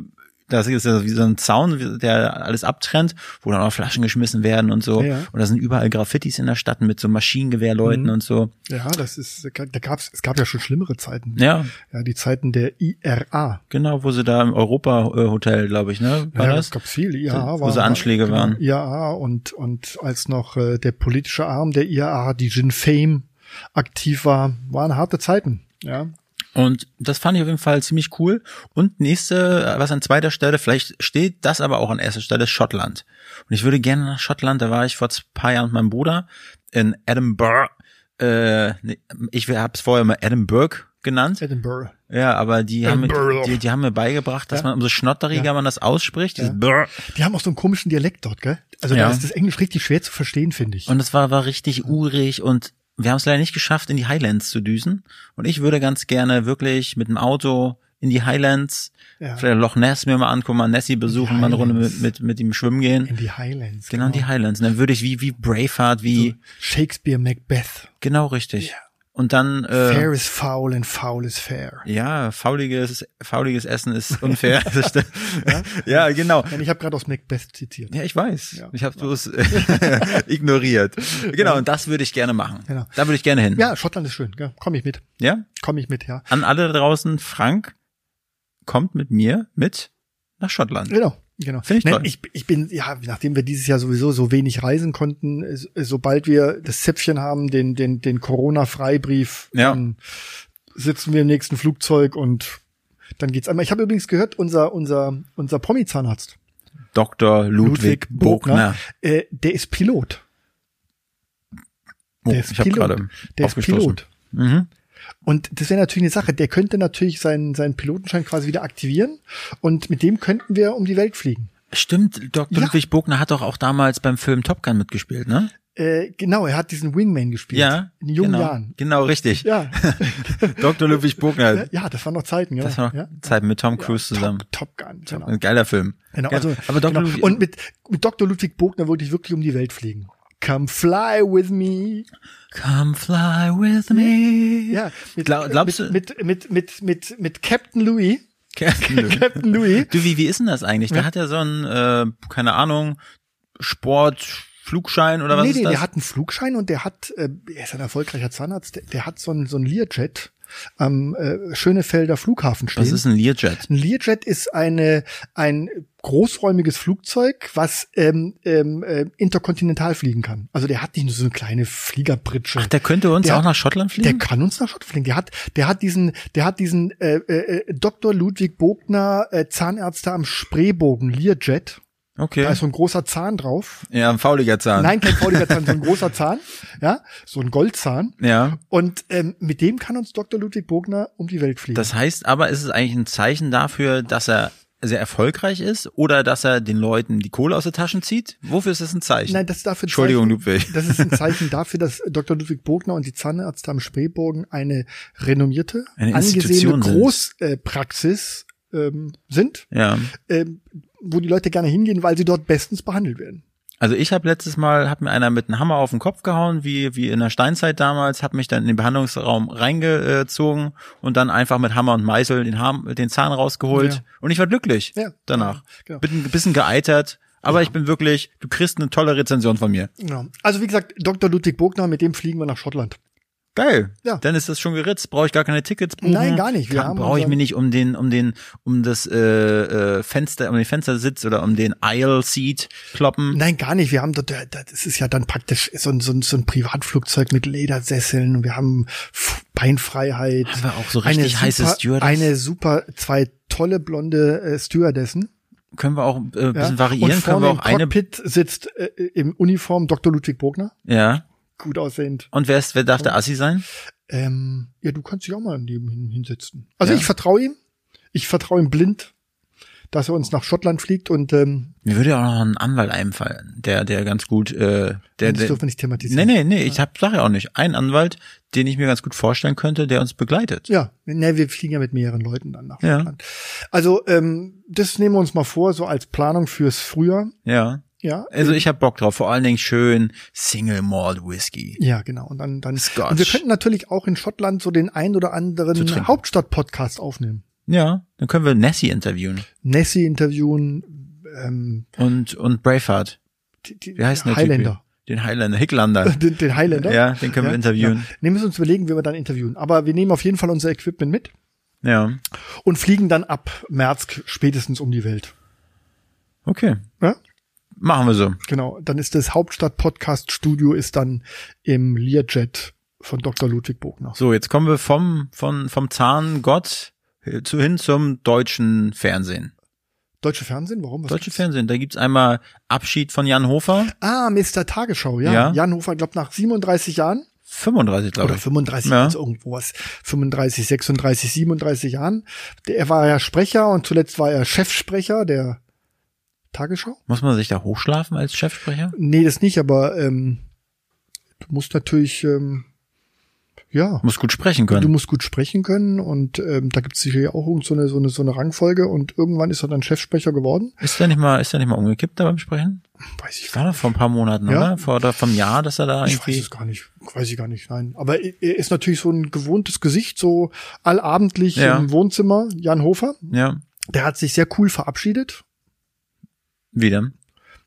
S3: das ist ja wie so ein Zaun, der alles abtrennt, wo dann auch Flaschen geschmissen werden und so.
S2: Ja. Mhm.
S3: Und da sind überall Graffitis in der Stadt mit so Maschinengewehrleuten und so.
S2: Ja, das ist, da gab's, es gab ja schon schlimmere Zeiten.
S3: Ja,
S2: Ja, die Zeiten der IRA.
S3: genau, wo sie da im Europa-Hotel, glaube ich, ne? War
S2: Ja,
S3: das?
S2: es gab viel. IRA
S3: Wo so Anschläge
S2: genau,
S3: waren.
S2: IRA und, und als noch äh, der politische Arm der IRA, die Jin Fame, aktiv war, waren harte Zeiten. Ja,
S3: Und das fand ich auf jeden Fall ziemlich cool. Und nächste, was an zweiter Stelle, vielleicht steht das aber auch an erster Stelle, Schottland. Und ich würde gerne nach Schottland, da war ich vor zwei paar Jahren mit meinem Bruder in Edinburgh. Äh, nee, ich habe es vorher mal Edinburgh genannt.
S2: Edinburgh.
S3: Ja, aber die haben,
S2: Edinburgh.
S3: die, die haben mir beigebracht, dass
S2: Ja.
S3: man umso schnotteriger man das ausspricht, dieses Brr.
S2: Die haben auch so einen komischen Dialekt dort, gell? Also
S3: Ja.
S2: da ist das Englisch richtig schwer zu verstehen, finde ich.
S3: Und es war, war richtig urig und wir haben es leider nicht geschafft, in die Highlands zu düsen. Und ich würde ganz gerne wirklich mit dem Auto in die Highlands,
S2: Ja.
S3: vielleicht Loch Ness mir mal angucken, mal Nessie besuchen, mal eine Runde mit, mit, mit ihm schwimmen gehen.
S2: in die Highlands.
S3: genau, in die Highlands. Und dann würde ich wie, wie Braveheart, wie,
S2: Also, Shakespeare Macbeth.
S3: genau richtig. Und dann,
S2: fair
S3: äh,
S2: is foul and foul is fair.
S3: ja, fauliges, fauliges Essen ist unfair. Das stimmt. ja, genau.
S2: Nein, Ich habe gerade aus Macbeth zitiert.
S3: Ja, ich weiß.
S2: Ja.
S3: Ich habe bloß äh, ignoriert. Genau, und das würde ich gerne machen.
S2: Genau.
S3: Da würde ich gerne hin.
S2: Ja, Schottland ist schön. Ja, komm ich mit.
S3: ja?
S2: Komm ich mit, ja.
S3: an alle da draußen, Frank kommt mit mir mit nach Schottland.
S2: Genau. Genau.
S3: Finde ich
S2: Nein,
S3: toll.
S2: ich, ich bin, ja, nachdem wir dieses Jahr sowieso so wenig reisen konnten, äh, sobald wir das Zäpfchen haben, den, den, den Corona-Freibrief,
S3: Ja.
S2: dann sitzen wir im nächsten Flugzeug und dann geht's einmal. Ich habe übrigens gehört, unser, unser, unser Promi-Zahnarzt,
S3: Dr. Ludwig, Bogner.
S2: äh, der ist Pilot.
S3: Oh,
S2: Der ist
S3: ich habe
S2: Pilot.
S3: gerade
S2: Der ist
S3: aufgestoßen.
S2: Pilot.
S3: Mhm.
S2: Und das wäre natürlich eine Sache. Der könnte natürlich seinen, seinen Pilotenschein quasi wieder aktivieren und mit dem könnten wir um die Welt fliegen.
S3: Stimmt, Dr.
S2: Ja.
S3: Ludwig Bogner hat doch auch damals beim Film Top Gun mitgespielt, ne?
S2: Äh, genau, er hat diesen Wingman gespielt.
S3: Ja.
S2: In jungen
S3: genau.
S2: Jahren.
S3: Genau, richtig.
S2: Ja.
S3: Dr. Ludwig Bogner.
S2: ja, das waren noch Zeiten, ja.
S3: Das war noch
S2: ja.
S3: Zeit mit Tom Cruise zusammen.
S2: Top, Top Gun, genau.
S3: Ein geiler Film.
S2: genau,
S3: Geil.
S2: also,
S3: Aber Dr.
S2: genau.
S3: Ludwig,
S2: Und mit, mit Dr. Ludwig Bogner wollte ich wirklich um die Welt fliegen. Come fly with me.
S3: Come fly with me.
S2: Ja, mit,
S3: Glau- glaubst du-
S2: mit, mit, mit, mit, mit, mit Captain Louis.
S3: Captain
S2: Captain Louis.
S3: Du, wie, wie ist denn das eigentlich? Da hat er so einen, äh, keine Ahnung, Sport, Flugschein oder was
S2: nee,
S3: ist
S2: nee,
S3: das?
S2: der hat einen Flugschein und der hat, äh, er ist ein erfolgreicher Zahnarzt, der, der hat so einen, so einen Learjet am äh, Schönefelder Flughafen stehen.
S3: was ist ein Learjet?
S2: ein Learjet ist eine, ein großräumiges Flugzeug, was ähm, ähm, äh, interkontinental fliegen kann. Also der hat nicht nur so eine kleine Fliegerbritsche.
S3: Ach, der könnte uns
S2: Der-
S3: auch nach Schottland
S2: Der
S3: fliegen?
S2: kann uns nach Schottland fliegen. Der hat, der hat diesen, der hat diesen äh, äh, Dr. Ludwig Bogner äh, Zahnärzte am Spreebogen Learjet.
S3: okay.
S2: Da ist so ein großer Zahn drauf.
S3: ja, ein fauliger Zahn.
S2: also Nein, kein fauliger Zahn, so ein großer Zahn, ja, so ein Goldzahn.
S3: Ja.
S2: Und ähm, mit dem kann uns Dr. Ludwig Bogner um die Welt fliegen.
S3: Das heißt aber, ist es eigentlich ein Zeichen dafür, dass er sehr erfolgreich ist oder dass er den Leuten die Kohle aus der Taschen zieht? Wofür ist das ein Zeichen?
S2: Nein, das ist dafür ein
S3: Entschuldigung,
S2: Zeichen,
S3: Ludwig.
S2: Das ist ein Zeichen dafür, dass Dr. Ludwig Bogner und die Zahnärzte am Spreebogen eine renommierte,
S3: Eine
S2: angesehene
S3: Institution sind.
S2: Großpraxis ähm, sind,
S3: ja.
S2: ähm, wo die Leute gerne hingehen, weil sie dort bestens behandelt werden.
S3: Also ich habe letztes Mal, hat mir einer mit einem Hammer auf den Kopf gehauen, wie, wie in der Steinzeit damals, habe mich dann in den Behandlungsraum reingezogen und dann einfach mit Hammer und Meißel den, Harm, den Zahn rausgeholt
S2: Ja.
S3: und ich war glücklich
S2: Ja.
S3: danach.
S2: Genau.
S3: Bin ein bisschen geeitert, aber ich bin wirklich, du kriegst eine tolle Rezension von mir.
S2: Ja. Also wie gesagt, Dr. Ludwig Bogner, mit dem fliegen wir nach Schottland.
S3: Geil.
S2: Ja.
S3: Dann ist das schon geritzt. Brauche ich gar keine Tickets buchen.
S2: Nein, gar nicht. Wir
S3: Kann-
S2: haben
S3: Brauche ich
S2: unseren-
S3: mir nicht um den, um den, um das äh, äh, Fenster, um den Fenstersitz oder um den Aisle Seat kloppen.
S2: Nein, gar nicht. Wir haben dort, äh, das ist ja dann praktisch so ein, so ein, so ein Privatflugzeug mit Ledersesseln und wir haben F- Beinfreiheit.
S3: Haben wir auch so richtig heiße
S2: super,
S3: Stewardess?
S2: Eine super, zwei tolle blonde äh, Stewardessen.
S3: Können wir auch äh, ein bisschen
S2: Ja.
S3: variieren?
S2: Und
S3: Können
S2: vorne
S3: wir auch
S2: im
S3: eine?
S2: Cockpit sitzt äh, im Uniform Dr. Ludwig Bogner.
S3: Ja.
S2: Gut aussehend.
S3: Und wer ist, wer darf der Assi sein?
S2: Ähm, ja, du kannst dich auch mal neben ihm hinsetzen. Also
S3: Ja.
S2: ich vertraue ihm. Ich vertraue ihm blind, dass er uns nach Schottland fliegt und ähm,
S3: Mir würde ja auch noch ein Anwalt einfallen, der, der ganz gut, äh,
S2: das
S3: der, der
S2: dürfen wir nicht
S3: Nee,
S2: thematisieren.
S3: nee, nee, ich hab, sag ja auch nicht. Ein Anwalt, den ich mir ganz gut vorstellen könnte, der uns begleitet.
S2: Ja, nee, wir fliegen ja mit mehreren Leuten dann nach
S3: Ja.
S2: Schottland. Also ähm, das nehmen wir uns mal vor, so als Planung fürs Frühjahr.
S3: Ja.
S2: Ja,
S3: Also ich hab Bock drauf. Vor allen Dingen schön Single Malt Whisky.
S2: Ja, genau. Und dann, dann
S3: Scotch.
S2: und wir könnten natürlich auch in Schottland so den ein oder
S3: Zu
S2: anderen
S3: trinken.
S2: Hauptstadt-Podcast aufnehmen.
S3: Ja, dann können wir Nessie interviewen.
S2: Nessie interviewen, ähm,
S3: und, und Braveheart.
S2: die, die,
S3: Wie heißt denn der
S2: Highlander.
S3: Typ? Den Highlander, Hicklander.
S2: Den, den Highlander.
S3: Ja, den können wir interviewen.
S2: Ja. Wir müssen uns überlegen, wie wir dann interviewen. Aber wir nehmen auf jeden Fall unser Equipment mit
S3: Ja.
S2: und fliegen dann ab März k- spätestens um die Welt.
S3: Okay.
S2: Ja?
S3: Machen wir so.
S2: Genau. Dann ist das Hauptstadt-Podcast-Studio ist dann im Learjet von Dr. Ludwig Bogner.
S3: So, jetzt kommen wir vom, von, vom Zahngott zu, hin zum deutschen Fernsehen.
S2: Deutsche Fernsehen? Warum? Was
S3: Deutsche
S2: gibt's?
S3: Fernsehen, da gibt's einmal Abschied von Jan Hofer.
S2: Ah, Mr. Tagesschau, ja.
S3: Ja.
S2: Jan Hofer, glaube nach 37 Jahren
S3: 35, glaube
S2: oder
S3: ich.
S2: 35,
S3: Ja.
S2: also irgendwo was, 35, 36, 37 Jahren. Der, er war ja Sprecher und zuletzt war er Chefsprecher der Tagesschau.
S3: Muss man sich da hochschlafen als Chefsprecher?
S2: Nee, das nicht, aber ähm, du musst natürlich, ähm, ja,
S3: Muss gut sprechen
S2: du
S3: können.
S2: musst gut sprechen können und ähm, da gibt es sicher auch irgend so eine, so, eine, so eine Rangfolge und irgendwann ist er dann Chefsprecher geworden.
S3: Ist der nicht mal, ist der nicht mal umgekippt da beim Sprechen?
S2: Weiß ich
S3: War doch vor ein paar Monaten,
S2: Ja.
S3: oder? Vor, oder vom Jahr, dass er da
S2: Ich weiß
S3: irgendwie.
S2: es gar nicht, weiß ich gar nicht, nein. Aber er er ist natürlich so ein gewohntes Gesicht, so allabendlich
S3: Ja.
S2: im Wohnzimmer, Jan Hofer.
S3: Ja.
S2: Der hat sich sehr cool verabschiedet.
S3: Wieder.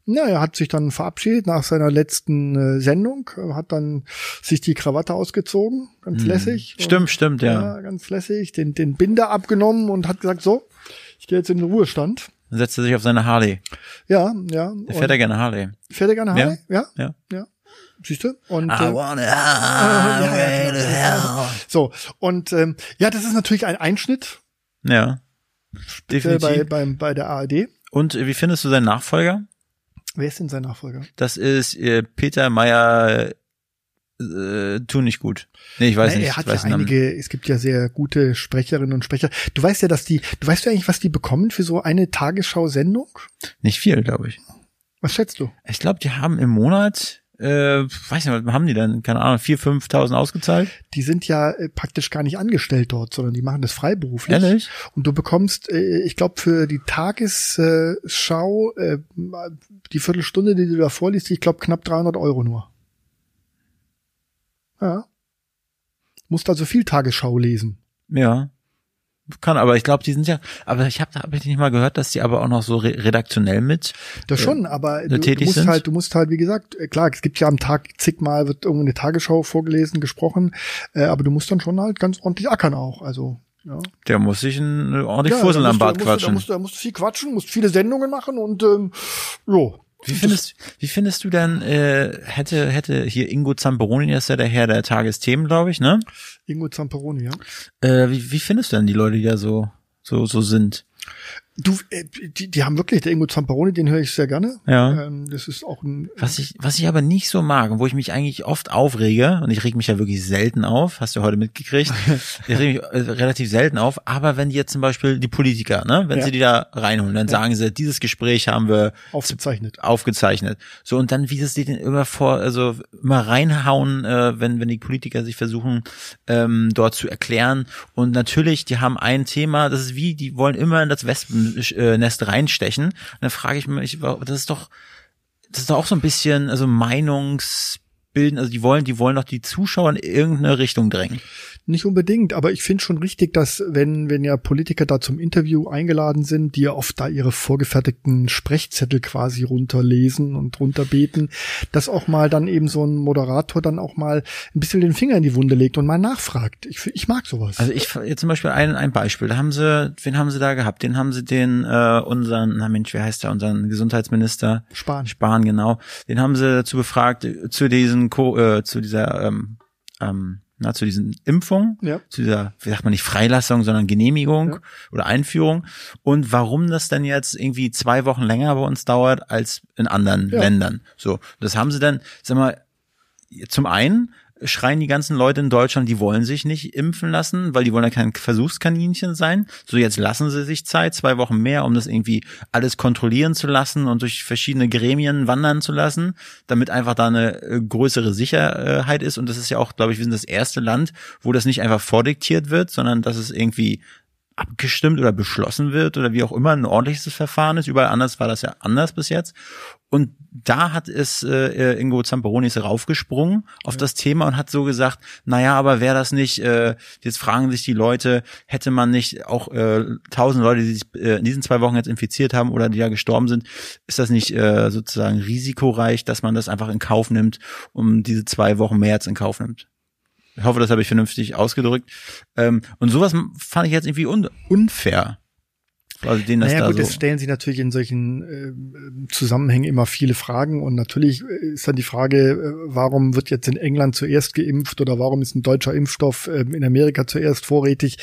S2: Ja, er hat sich dann verabschiedet nach seiner letzten äh, Sendung, äh, hat dann sich die Krawatte ausgezogen, ganz lässig. Und-
S3: Mhm. Hm. Stimmt, stimmt, ja.
S2: ja, ganz lässig, den, den Binder abgenommen und hat gesagt, so, ich gehe jetzt in den Ruhestand.
S3: Dann setzt er sich auf seine Harley.
S2: Ja, ja.
S3: Der fährt ja gerne Harley.
S2: fährt er gerne Harley? Ja.
S3: Ja.
S2: ja. Siehst du? Und,
S3: I
S2: äh,
S3: wanna
S2: ja,
S3: highway to
S2: ja. genau.
S3: hell.
S2: so, und ähm, ja, das ist natürlich ein Einschnitt
S3: Ja.
S2: äh, bei,
S3: Definitiv.
S2: beim, bei der ARD.
S3: Und äh, wie findest du seinen Nachfolger?
S2: Wer ist denn sein Nachfolger?
S3: Das ist äh, Peter Meyer äh, tu nicht gut. Nee, ich weiß
S2: Na,
S3: nicht.
S2: Ne, er hat
S3: ich weiß
S2: ja
S3: den Namen.
S2: einige, es gibt ja sehr gute Sprecherinnen und Sprecher. Du weißt ja, dass die, du weißt ja eigentlich, was die bekommen für so eine Tagesschau-Sendung?
S3: Nicht viel, glaube ich.
S2: Was schätzt du?
S3: Ich glaube, die haben im Monat, äh, weiß nicht, was haben die denn? Keine Ahnung, 4.000, 5.000 ausgezahlt?
S2: Die sind ja äh, praktisch gar nicht angestellt dort, sondern die machen das freiberuflich.
S3: Ehrlich?
S2: Und du bekommst, äh, ich glaube, für die Tagesschau, äh, die Viertelstunde, die du da vorliest, ich glaube, knapp 300 Euro nur. Ja. Musst also viel Tagesschau lesen.
S3: Ja. Kann, aber ich glaube, die sind ja, aber ich habe hab ich nicht mal gehört, dass die aber auch noch so re redaktionell mit.
S2: Das
S3: Äh,
S2: schon, aber du, du
S3: tätig
S2: musst
S3: sind?
S2: halt, du musst halt, wie gesagt, äh, klar, es gibt ja am Tag zigmal wird irgendwo eine Tagesschau vorgelesen, gesprochen, äh, aber du musst dann schon halt ganz ordentlich ackern auch, also. Ja.
S3: Der muss sich ein äh, ordentlich
S2: Ja, da
S3: Fussel am
S2: musst du-
S3: Bart
S2: da musst du- Da
S3: quatschen.
S2: musst, du- da musst du viel quatschen, musst viele Sendungen machen und ähm, jo.
S3: Wie findest, wie findest du denn, äh, hätte, hätte hier Ingo Zamperoni, der ist ja der Herr der Tagesthemen, glaube ich, ne?
S2: Ingo Zamperoni, ja.
S3: Äh, wie, wie findest du denn die Leute, die da so, so, so sind?
S2: Du, äh, die, die haben wirklich, der Ingo Zamperoni, den höre ich sehr gerne.
S3: Ja.
S2: Ähm, das ist auch ein.
S3: Was ich, was ich aber nicht so mag und wo ich mich eigentlich oft aufrege, und ich reg mich ja wirklich selten auf, hast du heute mitgekriegt, ich reg mich äh, relativ selten auf, aber wenn die jetzt zum Beispiel die Politiker, ne, wenn
S2: Ja.
S3: sie die da reinholen, dann sagen sie, dieses Gespräch haben wir
S2: Aufgezeichnet.
S3: aufgezeichnet. So, und dann, wie sie es denen immer vor, also immer reinhauen, äh, wenn, wenn die Politiker sich versuchen, ähm, dort zu erklären. Und natürlich, die haben ein Thema, das ist wie, die wollen immer in das Wespennest äh, reinstechen. Und dann frage ich mich, wa- das ist doch, das ist doch auch so ein bisschen, also Meinungsbilden, also die wollen, die wollen doch die Zuschauer in irgendeine Richtung drängen.
S2: Nicht unbedingt, aber ich finde schon richtig, dass wenn, wenn ja Politiker da zum Interview eingeladen sind, die ja oft da ihre vorgefertigten Sprechzettel quasi runterlesen und runterbeten, dass auch mal dann eben so ein Moderator dann auch mal ein bisschen den Finger in die Wunde legt und mal nachfragt. Ich, f- ich mag sowas.
S3: Also ich jetzt zum Beispiel ein, ein Beispiel. Da haben sie, wen haben sie da gehabt? Den haben sie den äh, unseren, na Mensch, wer heißt der? Unseren Gesundheitsminister
S2: Spahn.
S3: Spahn genau. Den haben sie dazu befragt äh, zu diesen Co äh, zu dieser ähm, ähm, na zu diesen Impfungen,
S2: Ja.
S3: zu dieser wie sagt man nicht Freilassung, sondern Genehmigung
S2: Ja.
S3: oder Einführung und warum das denn jetzt irgendwie zwei Wochen länger bei uns dauert als in anderen
S2: Ja.
S3: Ländern. So, das haben sie dann, sag mal, zum einen schreien die ganzen Leute in Deutschland, die wollen sich nicht impfen lassen, weil die wollen ja kein Versuchskaninchen sein. So, jetzt lassen sie sich Zeit, zwei Wochen mehr, um das irgendwie alles kontrollieren zu lassen und durch verschiedene Gremien wandern zu lassen, damit einfach da eine äh, größere Sicherheit ist. Und das ist ja auch, glaube ich, wir sind das erste Land, wo das nicht einfach vordiktiert wird, sondern dass es irgendwie abgestimmt oder beschlossen wird oder wie auch immer ein ordentliches Verfahren ist. Überall anders war das ja anders bis jetzt. Und da hat es äh, Ingo Zamperoni ist raufgesprungen auf das Thema und hat so gesagt, naja, aber wäre das nicht, äh, jetzt fragen sich die Leute, hätte man nicht auch äh, tausend Leute, die sich äh, in diesen zwei Wochen jetzt infiziert haben oder die da gestorben sind, ist das nicht äh, sozusagen risikoreich, dass man das einfach in Kauf nimmt, um diese zwei Wochen mehr jetzt in Kauf nimmt? Ich hoffe, das habe ich vernünftig ausgedrückt. Ähm, und sowas fand ich jetzt irgendwie un unfair. Also denen das
S2: naja,
S3: da
S2: gut,
S3: so.
S2: es stellen sich natürlich in solchen ähm, Zusammenhängen immer viele Fragen und natürlich ist dann die Frage, äh, warum wird jetzt in England zuerst geimpft oder warum ist ein deutscher Impfstoff ähm, in Amerika zuerst vorrätig?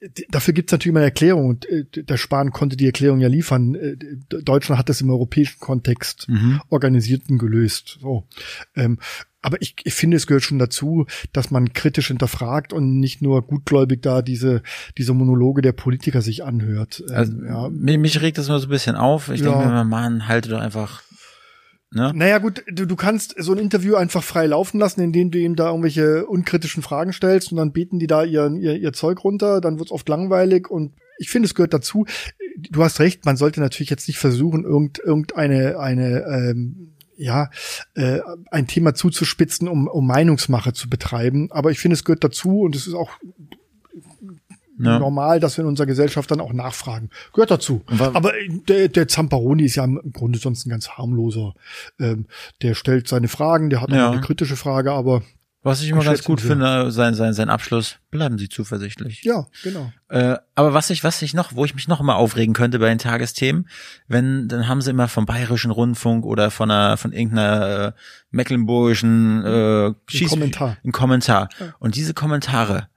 S2: D- Dafür gibt es natürlich immer eine Erklärung und äh, der Spahn konnte die Erklärung ja liefern. Äh, D- Deutschland hat das im europäischen Kontext
S3: mhm.
S2: organisiert und gelöst. So. Ähm, aber ich, ich finde, es gehört schon dazu, dass man kritisch hinterfragt und nicht nur gutgläubig da diese, diese Monologe der Politiker sich anhört. Ähm,
S3: Also,
S2: ja,
S3: mich, mich regt das immer so ein bisschen auf. Ich
S2: Ja.
S3: denke mir, immer, Mann, halte doch einfach. Ne?
S2: Naja gut, du, du kannst so ein Interview einfach frei laufen lassen, indem du ihm da irgendwelche unkritischen Fragen stellst und dann beten die da ihr, ihr, ihr Zeug runter, dann wird's oft langweilig und ich finde, es gehört dazu. Du hast recht, man sollte natürlich jetzt nicht versuchen, irgend, irgendeine eine, ähm, ja, äh, ein Thema zuzuspitzen, um, um Meinungsmache zu betreiben. Aber ich finde, es gehört dazu und es ist auch
S3: Ne?
S2: normal, dass wir in unserer Gesellschaft dann auch nachfragen. Gehört dazu.
S3: Und wa-
S2: Aber äh, der, der Zamperoni ist ja im Grunde sonst ein ganz harmloser. Ähm, der stellt seine Fragen, der hat auch
S3: Ja.
S2: eine kritische Frage, aber
S3: Was ich immer ganz
S2: Schätzen
S3: gut
S2: Sie.
S3: finde, sein, sein, sein Abschluss, bleiben Sie zuversichtlich.
S2: ja, genau.
S3: Äh, aber was ich, was ich noch, wo ich mich noch mal aufregen könnte bei den Tagesthemen, wenn, dann haben sie immer vom Bayerischen Rundfunk oder von einer, von irgendeiner äh, mecklenburgischen äh, Schieß-
S2: Kommentar.
S3: Ein Kommentar. Und diese Kommentare,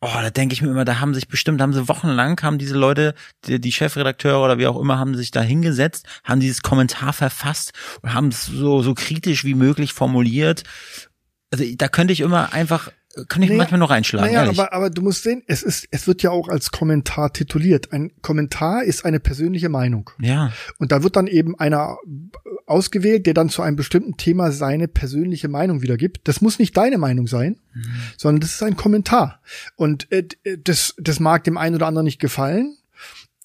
S3: oh, da denke ich mir immer, da haben sich bestimmt, da haben sie wochenlang, haben diese Leute, die, die Chefredakteure oder wie auch immer, haben sich da hingesetzt, haben dieses Kommentar verfasst und haben es so, so kritisch wie möglich formuliert. Also da könnte ich immer einfach, könnte ich
S2: Naja,
S3: manchmal noch reinschlagen,
S2: Naja,
S3: ehrlich.
S2: aber, aber du musst sehen, es ist, es wird ja auch als Kommentar tituliert. Ein Kommentar ist eine persönliche Meinung.
S3: ja.
S2: Und da wird dann eben einer ausgewählt, der dann zu einem bestimmten Thema seine persönliche Meinung wiedergibt. Das muss nicht deine Meinung sein,
S3: Mhm.
S2: sondern das ist ein Kommentar. Und äh, d- das, das mag dem einen oder anderen nicht gefallen,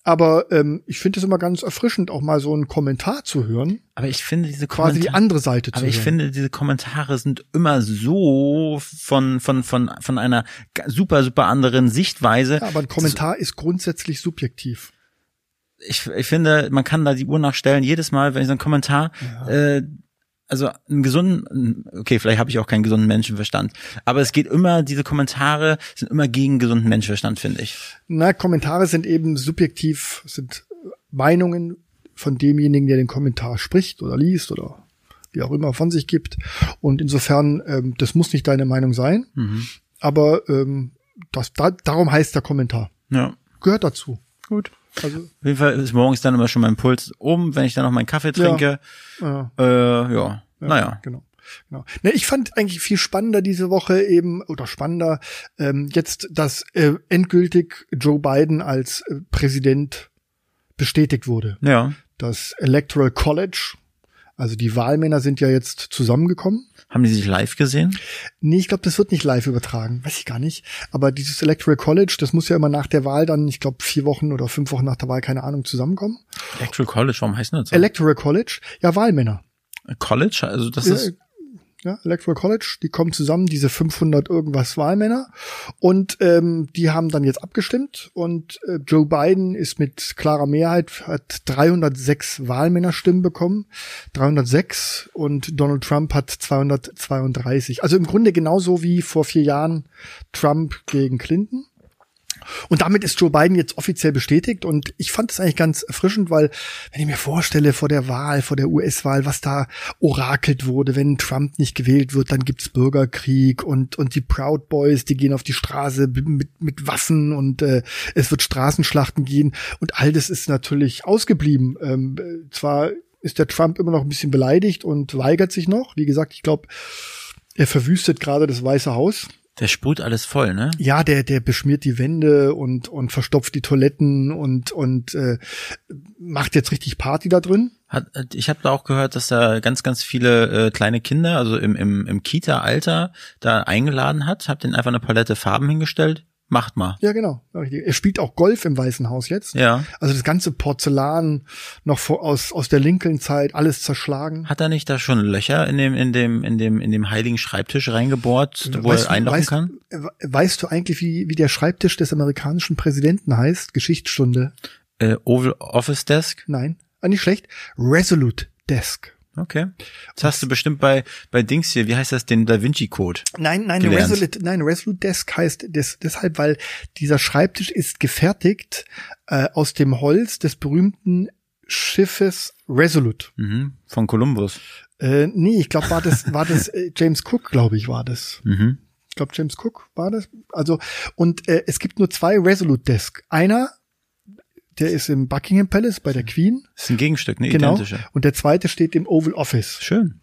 S2: aber ähm, ich finde es immer ganz erfrischend, auch mal so einen Kommentar zu hören,
S3: Aber ich finde diese Kommentare.
S2: quasi die andere Seite zu
S3: aber ich
S2: hören.
S3: finde, diese Kommentare sind immer so von, von, von, von einer ga- super, super anderen Sichtweise.
S2: ja, aber ein Kommentar ist grundsätzlich subjektiv.
S3: Ich, ich finde, man kann da die Uhr nachstellen, jedes Mal, wenn ich so einen Kommentar, äh, also einen gesunden, okay, vielleicht habe ich auch keinen gesunden Menschenverstand, aber es geht immer, diese Kommentare sind immer gegen gesunden Menschenverstand, finde ich.
S2: Na, Kommentare sind eben subjektiv, sind Meinungen von demjenigen, der den Kommentar spricht oder liest oder wie auch immer von sich gibt. Und insofern, ähm, das muss nicht deine Meinung sein, aber ähm, das, da, darum heißt der Kommentar.
S3: Ja.
S2: Gehört dazu. Gut. Also,
S3: Auf jeden Fall ist morgens dann immer schon mein Puls oben, wenn ich dann noch meinen Kaffee trinke.
S2: ja.
S3: Äh, ja. Naja.
S2: Genau. genau. Ne, ich fand eigentlich viel spannender diese Woche eben, oder spannender, ähm, jetzt, dass äh, endgültig Joe Biden als äh, Präsident bestätigt wurde.
S3: Ja.
S2: Das Electoral College, also die Wahlmänner sind ja jetzt zusammengekommen.
S3: Haben die sich live gesehen?
S2: Nee, ich glaube, das wird nicht live übertragen, weiß ich gar nicht. Aber dieses Electoral College, das muss ja immer nach der Wahl dann, ich glaube, vier Wochen oder fünf Wochen nach der Wahl, keine Ahnung, zusammenkommen.
S3: Electoral College, warum heißt denn das so?
S2: Electoral College, ja, Wahlmänner.
S3: College? Also das
S2: Ja,
S3: ist.
S2: ja, Electoral College, die kommen zusammen, diese 500 irgendwas Wahlmänner. Und ähm, die haben dann jetzt abgestimmt und äh, Joe Biden ist mit klarer Mehrheit, hat 306 Wahlmännerstimmen bekommen, 306 und Donald Trump hat 232. Also im Grunde genauso wie vor vier Jahren Trump gegen Clinton. Und damit ist Joe Biden jetzt offiziell bestätigt und ich fand es eigentlich ganz erfrischend, weil wenn ich mir vorstelle vor der Wahl, vor der US-Wahl, was da orakelt wurde, wenn Trump nicht gewählt wird, dann gibt's Bürgerkrieg und und die Proud Boys, die gehen auf die Straße b- mit mit Waffen und äh, es wird Straßenschlachten gehen und all das ist natürlich ausgeblieben. Ähm, äh, zwar ist der Trump immer noch ein bisschen beleidigt und weigert sich noch. Wie gesagt, ich glaube, er verwüstet gerade das Weiße Haus.
S3: Der sprüht alles voll, ne?
S2: Ja, der, der beschmiert die Wände und, und verstopft die Toiletten und, und äh, macht jetzt richtig Party da drin.
S3: Hat, hat- ich habe da auch gehört, dass er ganz, ganz viele äh, kleine Kinder, also im, im, im Kita-Alter, da eingeladen hat, hab denen einfach eine Palette Farben hingestellt. macht mal.
S2: Ja, genau. Er spielt auch Golf im Weißen Haus jetzt.
S3: Ja.
S2: Also das ganze Porzellan noch vor, aus, aus der Lincoln-Zeit, alles zerschlagen.
S3: Hat er nicht da schon Löcher in dem, in dem, in dem, in dem heiligen Schreibtisch reingebohrt,
S2: Äh,
S3: wo
S2: Weißt
S3: er
S2: du-
S3: einlochen
S2: weißt,
S3: kann?
S2: we- Weißt du eigentlich, wie, wie der Schreibtisch des amerikanischen Präsidenten heißt? Geschichtsstunde.
S3: Äh, Oval Office Desk?
S2: Nein. Ah, nicht schlecht. Resolute Desk.
S3: Okay. Das hast du bestimmt bei, bei Dings hier, wie heißt das, den Da Vinci Code?
S2: Nein, nein,
S3: Gelernt.
S2: Resolute, nein, Resolute Desk heißt des, deshalb, weil dieser Schreibtisch ist gefertigt äh, aus dem Holz des berühmten Schiffes Resolute.
S3: Mhm. Von Columbus.
S2: Äh, nee, ich glaube, war das, war das äh, James Cook, glaube ich, war das.
S3: Mhm.
S2: Ich glaube, James Cook war das. Also, und äh, es gibt nur zwei Resolute Desk. Einer, der ist im Buckingham Palace bei der Queen.
S3: Das ist ein Gegenstück, ne?
S2: Genau.
S3: Hm. Identische.
S2: Und der zweite steht im Oval Office.
S3: Schön.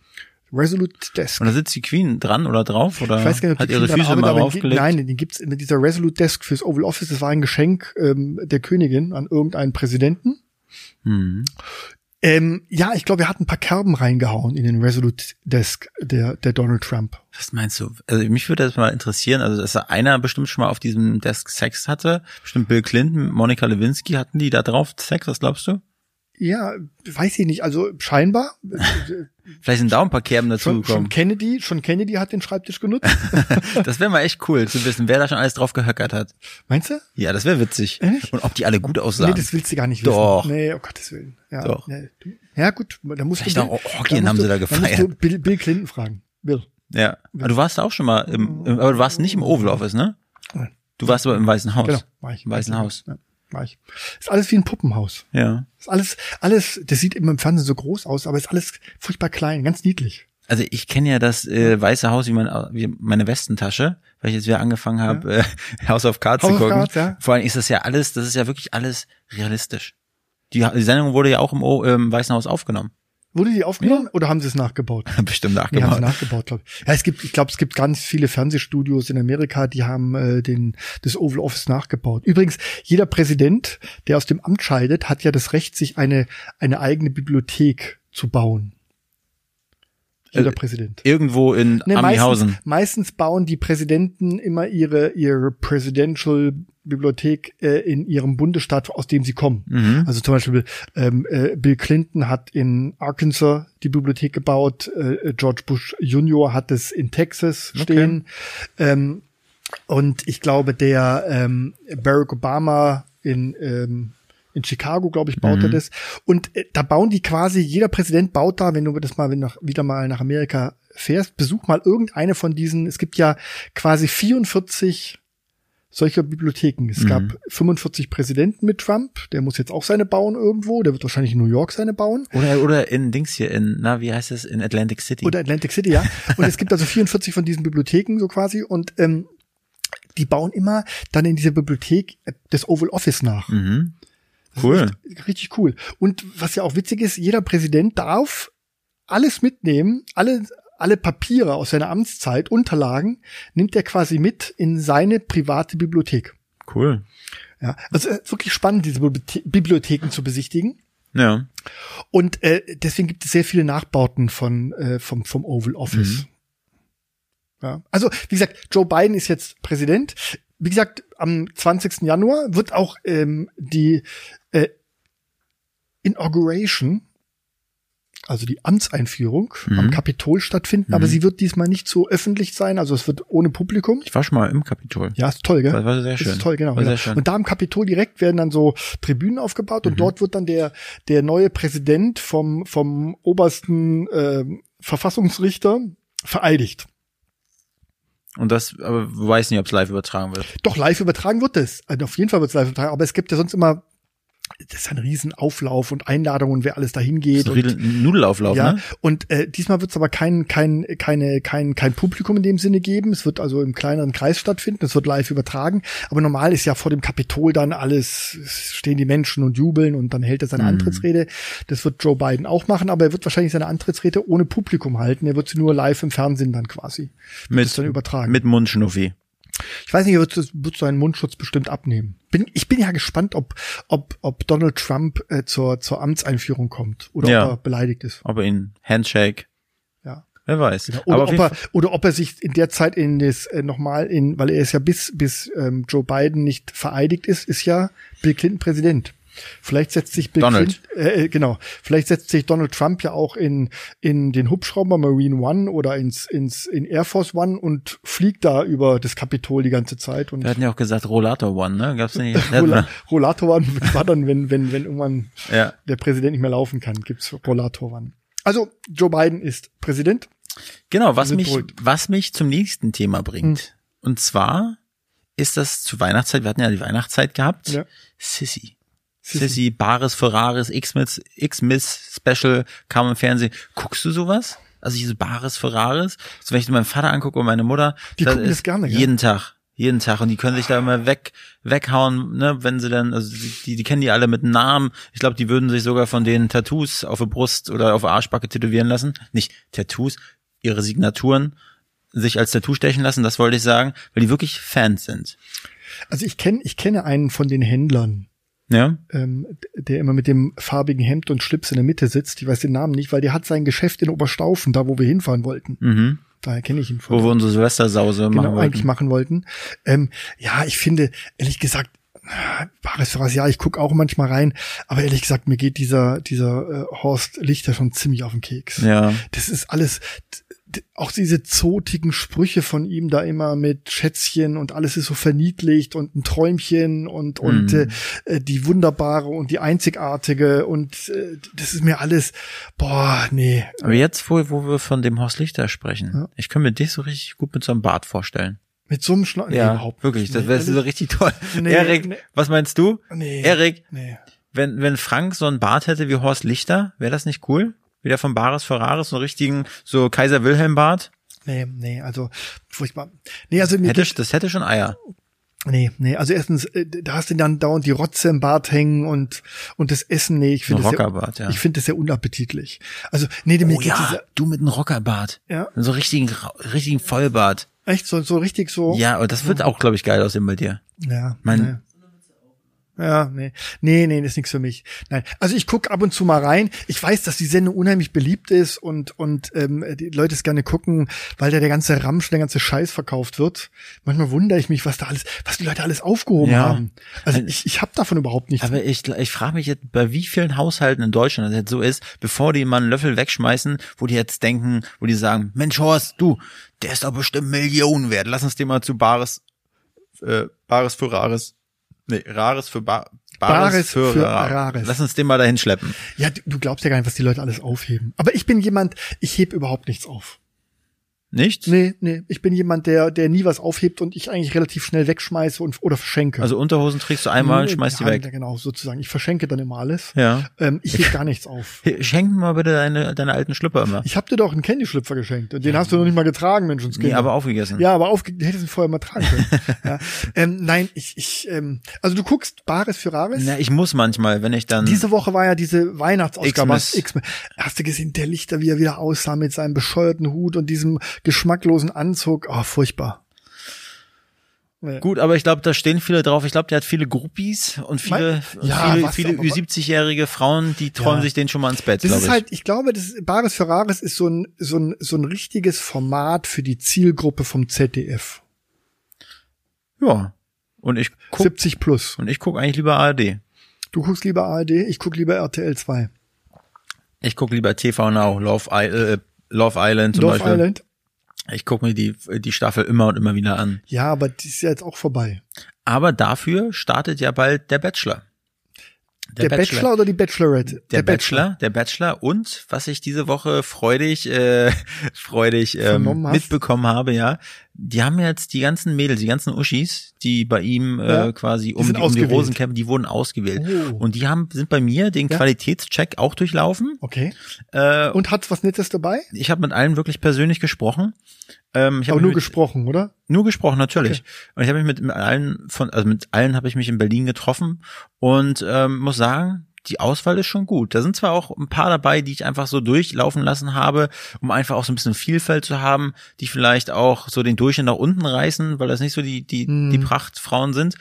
S2: Resolute Desk.
S3: Und da sitzt die Queen dran oder drauf oder
S2: Ich weiß gar nicht, ob
S3: hat
S2: die
S3: ihre
S2: Queen dran
S3: Füße mal
S2: arbeitet, aber die-
S3: raufgelegt?
S2: Nein, die gibt's mit dieser Resolute Desk fürs Oval Office. Das war ein Geschenk ähm, der Königin an irgendeinen Präsidenten.
S3: Mhm.
S2: Ähm, ja, ich glaube, er hat ein paar Kerben reingehauen in den Resolute Desk der, der Donald Trump.
S3: Was meinst du? Also mich würde das mal interessieren, also dass da einer bestimmt schon mal auf diesem Desk Sex hatte, bestimmt Bill Clinton, Monika Lewinsky, hatten die da drauf Sex, was glaubst du?
S2: Ja, weiß ich nicht. Also scheinbar.
S3: Vielleicht sind da auch ein paar Kerben
S2: Schon, schon
S3: dazugekommen.
S2: Kennedy, schon Kennedy hat den Schreibtisch genutzt.
S3: Das wäre mal echt cool zu wissen, wer da schon alles drauf gehöckert hat.
S2: Meinst du?
S3: Ja, das wäre witzig.
S2: Ehrlich?
S3: Und ob die alle gut
S2: Nee,
S3: aussahen.
S2: das willst du gar nicht
S3: Doch.
S2: wissen. Nee, um Gottes Willen. Ja,
S3: Doch.
S2: Nee. Ja, gut, da musst
S3: Vielleicht
S2: du.
S3: auch Orgien haben
S2: musst
S3: sie da
S2: du- musst du
S3: gefeiert.
S2: Bill, Bill Clinton fragen. Bill.
S3: ja. Aber du warst da auch schon mal im, im aber du warst nicht im Oval Office, ne?
S2: Nein.
S3: Du warst aber im Weißen Haus.
S2: Genau, war ich.
S3: Im Weißen Haus.
S2: Ja, war ich. Ist alles wie ein Puppenhaus.
S3: Ja.
S2: Ist alles, alles, das sieht immer im Fernsehen so groß aus, aber ist alles furchtbar klein, ganz niedlich.
S3: Also ich kenne ja das äh, Weiße Haus wie, mein, wie meine Westentasche, weil ich jetzt wieder angefangen habe, äh, House of Cards
S2: House
S3: zu
S2: of
S3: gucken.
S2: Cards, ja.
S3: Vor allem ist das ja alles, das ist ja wirklich alles realistisch. Die, die Sendung wurde ja auch im, O- im Weißen Haus aufgenommen.
S2: Wurde die aufgenommen oder haben sie es nachgebaut?
S3: Bestimmt
S2: Die haben sie
S3: nachgemacht.
S2: nachgebaut, glaube ich. Ja, es gibt, ich glaube, es gibt ganz viele Fernsehstudios in Amerika, die haben äh, den das Oval Office nachgebaut. Übrigens, jeder Präsident, der aus dem Amt scheidet, hat ja das Recht, sich eine eine eigene Bibliothek zu bauen. Jeder
S3: Äh,
S2: Präsident.
S3: Irgendwo in
S2: Nee, Ne, meistens,
S3: Amihausen.
S2: meistens bauen die Präsidenten immer ihre ihre Presidential Bibliothek äh, in ihrem Bundesstaat, aus dem sie kommen.
S3: Mhm.
S2: Also zum Beispiel ähm, äh, Bill Clinton hat in Arkansas die Bibliothek gebaut, äh, George Bush Junior hat es in Texas stehen ähm, und ich glaube der ähm, Barack Obama in ähm, in Chicago, glaube ich, baut er das. Und äh, da bauen die quasi, jeder Präsident baut da, wenn du das mal wenn du nach, wieder mal nach Amerika fährst, besuch mal irgendeine von diesen. Es gibt ja quasi 44 solcher Bibliotheken. Es gab 45 Präsidenten mit Trump, der muss jetzt auch seine bauen irgendwo, der wird wahrscheinlich in New York seine bauen.
S3: Oder, oder in Dings hier, in, na, wie heißt es, in Atlantic City.
S2: Oder Atlantic City, ja. Und es gibt also 44 von diesen Bibliotheken so quasi und ähm, die bauen immer dann in dieser Bibliothek äh, das Oval Office nach.
S3: mhm. Cool.
S2: Richtig cool. Und was ja auch witzig ist, jeder Präsident darf alles mitnehmen, alle, alle Papiere aus seiner Amtszeit, Unterlagen, nimmt er quasi mit in seine private Bibliothek.
S3: Cool.
S2: Ja, also äh, wirklich spannend, diese Bibliothe- Bibliotheken zu besichtigen.
S3: Ja.
S2: Und äh, deswegen gibt es sehr viele Nachbauten von äh, vom vom Oval Office. Ja. Also wie gesagt, Joe Biden ist jetzt Präsident. Wie gesagt, am 20. Januar wird auch ähm, die äh, Inauguration, also die Amtseinführung am Kapitol stattfinden, aber sie wird diesmal nicht so öffentlich sein, also es wird ohne Publikum.
S3: Ich war schon mal im Kapitol.
S2: Ja, ist toll, gell?
S3: War- war sehr
S2: Ist
S3: schön.
S2: toll, genau.
S3: War sehr
S2: genau.
S3: schön. Mhm.
S2: Und da am Kapitol direkt werden dann so Tribünen aufgebaut und dort wird dann der, der neue Präsident vom, vom obersten äh, Verfassungsrichter vereidigt.
S3: Und das, aber weiß nicht, ob es live übertragen wird.
S2: Doch, live übertragen wird es. Also auf jeden Fall wird es live übertragen, aber es gibt ja sonst immer, das ist ein Riesenauflauf und Einladungen, wer alles da
S3: Das
S2: hingeht.
S3: ist ein
S2: und-
S3: Riedel- Nudelauflauf,
S2: Ja,
S3: ne?
S2: und äh, diesmal wird es aber kein, kein, keine, kein, kein Publikum in dem Sinne geben. Es wird also im kleineren Kreis stattfinden, es wird live übertragen. Aber normal ist ja vor dem Kapitol dann alles, es stehen die Menschen und jubeln und dann hält er
S3: Mhm.
S2: seine Antrittsrede. Das wird Joe Biden auch machen, aber er wird wahrscheinlich seine Antrittsrede ohne Publikum halten. Er wird sie nur live im Fernsehen dann quasi.
S3: Mit,
S2: das dann übertragen.
S3: mit Mundschnuffi.
S2: Ich weiß nicht, er wird, das- wird seinen Mundschutz bestimmt abnehmen. Bin, ich bin ja gespannt, ob, ob, ob Donald Trump äh, zur, zur Amtseinführung kommt oder
S3: Ja.
S2: ob er beleidigt ist.
S3: ob er ihn Handshake,
S2: Ja.
S3: Wer weiß.
S2: Genau, Oder,
S3: Aber auf
S2: ob
S3: jeden
S2: er, oder ob er sich in der Zeit in das äh, nochmal in, weil er ist ja bis, bis ähm, Joe Biden nicht vereidigt ist, ist ja Bill Clinton Präsident. Vielleicht setzt sich Bill
S3: Donald.
S2: Clinton, äh, äh, genau, vielleicht setzt sich Donald Trump ja auch in, in den Hubschrauber Marine One oder ins, ins, in Air Force One und fliegt da über das Kapitol die ganze Zeit und
S3: Wir hatten ja auch gesagt Rollator One, ne? Gab's nicht?
S2: Rolla- Rollatoren war dann, wenn, wenn, wenn irgendwann
S3: ja.
S2: der Präsident nicht mehr laufen kann, gibt's Rollatoren. Also Joe Biden ist Präsident.
S3: Genau, was
S2: sind
S3: mich,
S2: beruhigt.
S3: was mich zum nächsten Thema
S2: Hm.
S3: bringt. Und zwar ist das zu Weihnachtszeit, wir hatten ja die Weihnachtszeit gehabt,
S2: Ja.
S3: Sissy. Sissy, Bares, Ferraris, X-Miss, X-Miss Special kam im Fernsehen. Guckst du sowas? Also diese Bares, Ferraris? Also wenn ich meinen Vater angucke und meine Mutter.
S2: Die
S3: da
S2: gucken das
S3: ist
S2: gerne, ja.
S3: Jeden Tag. Jeden Tag. Und die können sich da immer weg, weghauen, ne, wenn sie dann, also die, die kennen die alle mit Namen. Ich glaube, die würden sich sogar von denen Tattoos auf der Brust oder auf der Arschbacke tätowieren lassen. Nicht Tattoos, ihre Signaturen sich als Tattoo stechen lassen, das wollte ich sagen, weil die wirklich Fans sind.
S2: Also ich kenne ich kenne einen von den Händlern,
S3: Ja?
S2: ähm, d- der immer mit dem farbigen Hemd und Schlips in der Mitte sitzt. Ich weiß den Namen nicht, weil der hat sein Geschäft in Oberstaufen, da wo wir hinfahren wollten.
S3: Mhm.
S2: Daher kenne ich ihn von.
S3: Wo wir unsere Silvestersause
S2: genau,
S3: machen
S2: eigentlich
S3: wollten.
S2: machen wollten. Ähm, ja, ich finde, ehrlich gesagt, Bares für was, ja, ich gucke auch manchmal rein, aber ehrlich gesagt, mir geht dieser, dieser äh, Horst Lichter schon ziemlich auf den Keks.
S3: Ja.
S2: Das ist alles, d- d- auch diese zotigen Sprüche von ihm da immer mit Schätzchen und alles ist so verniedlicht und ein Träumchen und, und
S3: Mhm.
S2: äh, äh, die wunderbare und die einzigartige und äh, das ist mir alles, boah, nee.
S3: Aber jetzt, wo, wo wir von dem Horst Lichter sprechen,
S2: Ja.
S3: ich kann mir dich so richtig gut mit so einem Bart vorstellen.
S2: Mit so einem Schlag, nee, überhaupt
S3: wirklich.
S2: nicht.
S3: Das
S2: Nee,
S3: wäre so
S2: ehrlich-
S3: richtig toll.
S2: Nee,
S3: Erik,
S2: nee.
S3: was meinst du?
S2: Nee.
S3: Erik,
S2: Nee.
S3: wenn, wenn Frank so einen Bart hätte wie Horst Lichter, wäre das nicht cool? Wieder von Bares Ferraris, so einen richtigen, so Kaiser Wilhelm Bart.
S2: Nee, nee, also furchtbar. Nee, also mir
S3: Hätte,
S2: geht,
S3: das hätte schon Eier.
S2: nee, nee, also erstens, äh, da hast du dann dauernd die Rotze im Bart hängen und und das Essen, nee, ich finde
S3: Ein
S2: das
S3: Rockerbart, ja.
S2: Ich finde das sehr unappetitlich. Also, nee, mir
S3: Oh
S2: geht
S3: ja,
S2: dieser,
S3: du mit einem Rockerbart.
S2: Ja.
S3: So richtigen, Ra- richtigen Vollbart.
S2: echt so so richtig so.
S3: Ja, aber das
S2: Oh.
S3: wird auch, glaube ich, geil aussehen bei dir.
S2: ja
S3: Mein-
S2: nee. Ja, nee. Nee, nee, das ist nichts für mich. Nein. Also ich gucke ab und zu mal rein. Ich weiß, dass die Sendung unheimlich beliebt ist und, und ähm, die Leute es gerne gucken, weil da der ganze Ramsch, der ganze Scheiß verkauft wird. Manchmal wundere ich mich, was da alles, was die Leute alles aufgehoben
S3: Ja. Also
S2: haben. Also ich, ich habe davon überhaupt nichts.
S3: Aber ich, ich frage mich jetzt, bei wie vielen Haushalten in Deutschland das jetzt so ist, bevor die mal einen Löffel wegschmeißen, wo die jetzt denken, wo die sagen, Mensch Horst, du, der ist doch bestimmt Millionen wert. Lass uns den mal zu Bares, äh, Bares für Rares, nee, Rares für Ba- Bares,
S2: Bares
S3: für,
S2: für
S3: Ra-
S2: Rares.
S3: Lass uns den mal dahin schleppen.
S2: Ja, du, du glaubst ja gar nicht, was die Leute alles aufheben. Aber ich bin jemand, ich heb überhaupt nichts auf.
S3: Nicht?
S2: Nee, nee. Ich bin jemand, der, der nie was aufhebt und ich eigentlich relativ schnell wegschmeiße und, oder verschenke.
S3: Also Unterhosen trägst du einmal, schmeißt die
S2: Ja,
S3: weg.
S2: Genau, sozusagen. Ich verschenke dann immer alles.
S3: Ja.
S2: Ähm, ich heb gar nichts auf.
S3: Hey, Schenk mir mal bitte deine, deine alten Schlüpper immer.
S2: Ich hab dir doch einen Candy-Schlüpfer geschenkt und den hast du noch nicht mal getragen, Menschenskind.
S3: Nee, aber aufgegessen.
S2: Ja, aber aufge hättest du ihn vorher mal tragen können. ja. ähm, nein, ich, ich, ähm, also du guckst Bares für Rares.
S3: Na, ich muss manchmal, wenn ich dann,
S2: Diese Woche war ja diese Weihnachtsausgabe.
S3: Xmas.
S2: Xmas. Hast du gesehen, der Lichter, wie er wieder aussah mit seinem bescheuerten Hut und diesem geschmacklosen Anzug? Oh, furchtbar.
S3: Gut, aber ich glaube, da stehen viele drauf. Ich glaube, der hat viele Groupies und viele,
S2: Mein- Ja,
S3: viele,
S2: was
S3: viele
S2: aber-
S3: Ü70-jährige Frauen, die träumen
S2: Ja.
S3: sich den schon mal ins Bett,
S2: Das
S3: glaube
S2: ist
S3: ich.
S2: halt, ich glaube, das Bares für Rares ist so ein, so ein, so ein richtiges Format für die Zielgruppe vom ZDF.
S3: ja. Und ich guck,
S2: 70 plus.
S3: und ich guck eigentlich lieber ARD.
S2: Du guckst lieber ARD, ich guck lieber RTL 2.
S3: Ich guck lieber TV Now, Love, I äh, Love Island zum
S2: Dorf
S3: Beispiel.
S2: Island.
S3: Ich guck mir die, die Staffel immer und immer wieder an.
S2: Ja, aber die ist ja jetzt auch vorbei.
S3: Aber dafür startet ja bald der Bachelor.
S2: Der, Bachelor. oder die Bachelorette?
S3: Der, Bachelor, der Bachelor und was ich diese Woche freudig, äh, freudig ähm,
S2: Vernommen hast.
S3: mitbekommen habe, ja, die haben jetzt die ganzen Mädels, die ganzen Uschis, die bei ihm äh,
S2: Ja.
S3: quasi um
S2: sind
S3: die, um die
S2: ausgewählt.
S3: Rosen kämpfen, die wurden ausgewählt
S2: Oh.
S3: und die haben sind bei mir den
S2: Ja.
S3: Qualitätscheck auch durchlaufen.
S2: Okay.
S3: Äh,
S2: Und hat's was Nettes dabei?
S3: ich habe mit allen wirklich persönlich gesprochen. Ähm, ich hab
S2: Aber nur
S3: mich mit-
S2: gesprochen, oder?
S3: nur gesprochen, natürlich. Und ich habe mich mit, mit allen von, also mit allen habe ich mich in Berlin getroffen und ähm, muss sagen, die Auswahl ist schon gut. Da sind zwar auch ein paar dabei, die ich einfach so durchlaufen lassen habe, um einfach auch so ein bisschen Vielfalt zu haben, die vielleicht auch so den Durchschnitt nach unten reißen, weil das nicht so die, die, die Prachtfrauen sind.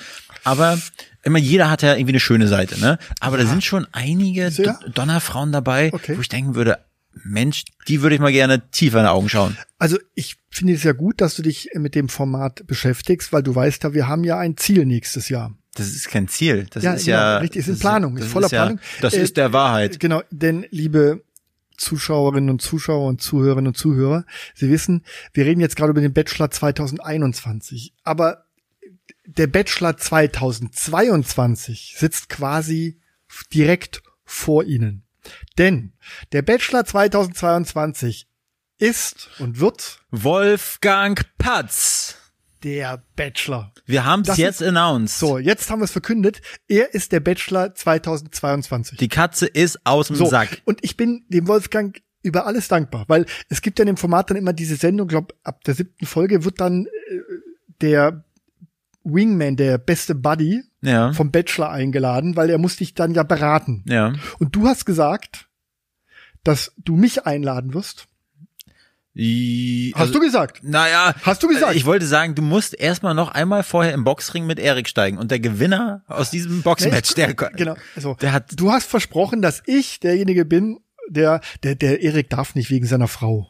S3: Aber immer jeder hat ja irgendwie eine schöne Seite, ne? Aber da sind schon einige
S2: Sehr.
S3: Do Donnerfrauen dabei,
S2: Okay.
S3: wo ich denken würde, Mensch, die würde ich mal gerne tiefer in die Augen schauen.
S2: Also ich finde es ja gut, dass du dich mit dem Format beschäftigst, weil du weißt ja, wir haben ja ein Ziel nächstes Jahr.
S3: Das ist kein Ziel. Das
S2: Ja,
S3: ist
S2: genau,
S3: ja.
S2: richtig, ist in
S3: das
S2: Planung,
S3: das
S2: ist voller
S3: ja,
S2: Planung.
S3: Das
S2: Äh,
S3: ist der Wahrheit.
S2: Genau, denn liebe Zuschauerinnen und Zuschauer und Zuhörerinnen und Zuhörer, Sie wissen, wir reden jetzt gerade über den Bachelor 2021, aber der Bachelor 2022 sitzt quasi f- direkt vor Ihnen. Denn der Bachelor 2022 ist und wird
S3: Wolfgang Patz.
S2: der Bachelor.
S3: Wir haben es
S2: Das
S3: jetzt announced.
S2: So, jetzt haben wir es verkündet. Er ist der Bachelor 2022.
S3: Die Katze ist aus dem
S2: So,
S3: Sack.
S2: und ich bin dem Wolfgang über alles dankbar, weil es gibt ja in dem Format dann immer diese Sendung, glaube ab der siebten Folge wird dann äh, der Wingman, der beste Buddy
S3: Ja.
S2: vom Bachelor eingeladen, weil er muss dich dann ja beraten.
S3: Ja.
S2: Und du hast gesagt, dass du mich einladen wirst.
S3: I-
S2: Hast du gesagt?
S3: Naja.
S2: Hast du gesagt?
S3: Also Äh, Ich wollte sagen, du musst erstmal noch einmal vorher im Boxring mit Erik steigen und der Gewinner aus diesem Boxmatch, der,
S2: Genau. Also,
S3: der hat,
S2: du hast versprochen, dass ich derjenige bin, der der der Erik darf nicht wegen seiner Frau.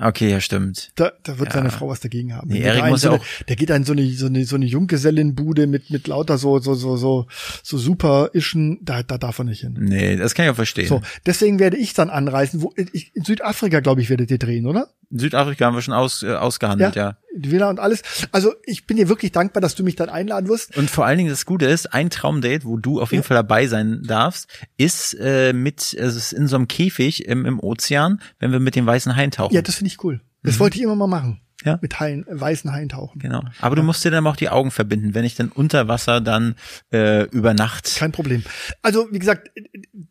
S3: okay, ja, stimmt.
S2: Da, da wird seine Frau was dagegen haben.
S3: Nee,
S2: Wenn der
S3: Erik
S2: da in
S3: muss
S2: so
S3: ja
S2: eine,
S3: auch-
S2: Der geht da in so eine, so eine, so eine Junggesellenbude mit, mit lauter so, so, so, so, so super Ischen, da, da darf er nicht hin.
S3: Nee, das kann ich auch verstehen.
S2: So, deswegen werde ich dann anreisen, wo, ich, in Südafrika, glaube ich, werdet ihr drehen, oder?
S3: In Südafrika haben wir schon aus, äh, ausgehandelt, ja.
S2: Die Villa und alles. Also, ich bin dir wirklich dankbar, dass du mich dann einladen wirst.
S3: Und vor allen Dingen das Gute ist, ein Traumdate, wo du auf jeden Fall dabei sein darfst, ist äh, mit, es ist in so einem Käfig im, im Ozean, wenn wir mit dem weißen Hain tauchen.
S2: Ja, das finde ich cool. Das wollte ich immer mal machen.
S3: Mhm. Ja.
S2: Mit Haien, weißen Haien tauchen.
S3: genau. Aber du musst dir dann auch die Augen verbinden, wenn ich dann unter Wasser dann äh, über Nacht.
S2: Kein Problem. Also, wie gesagt,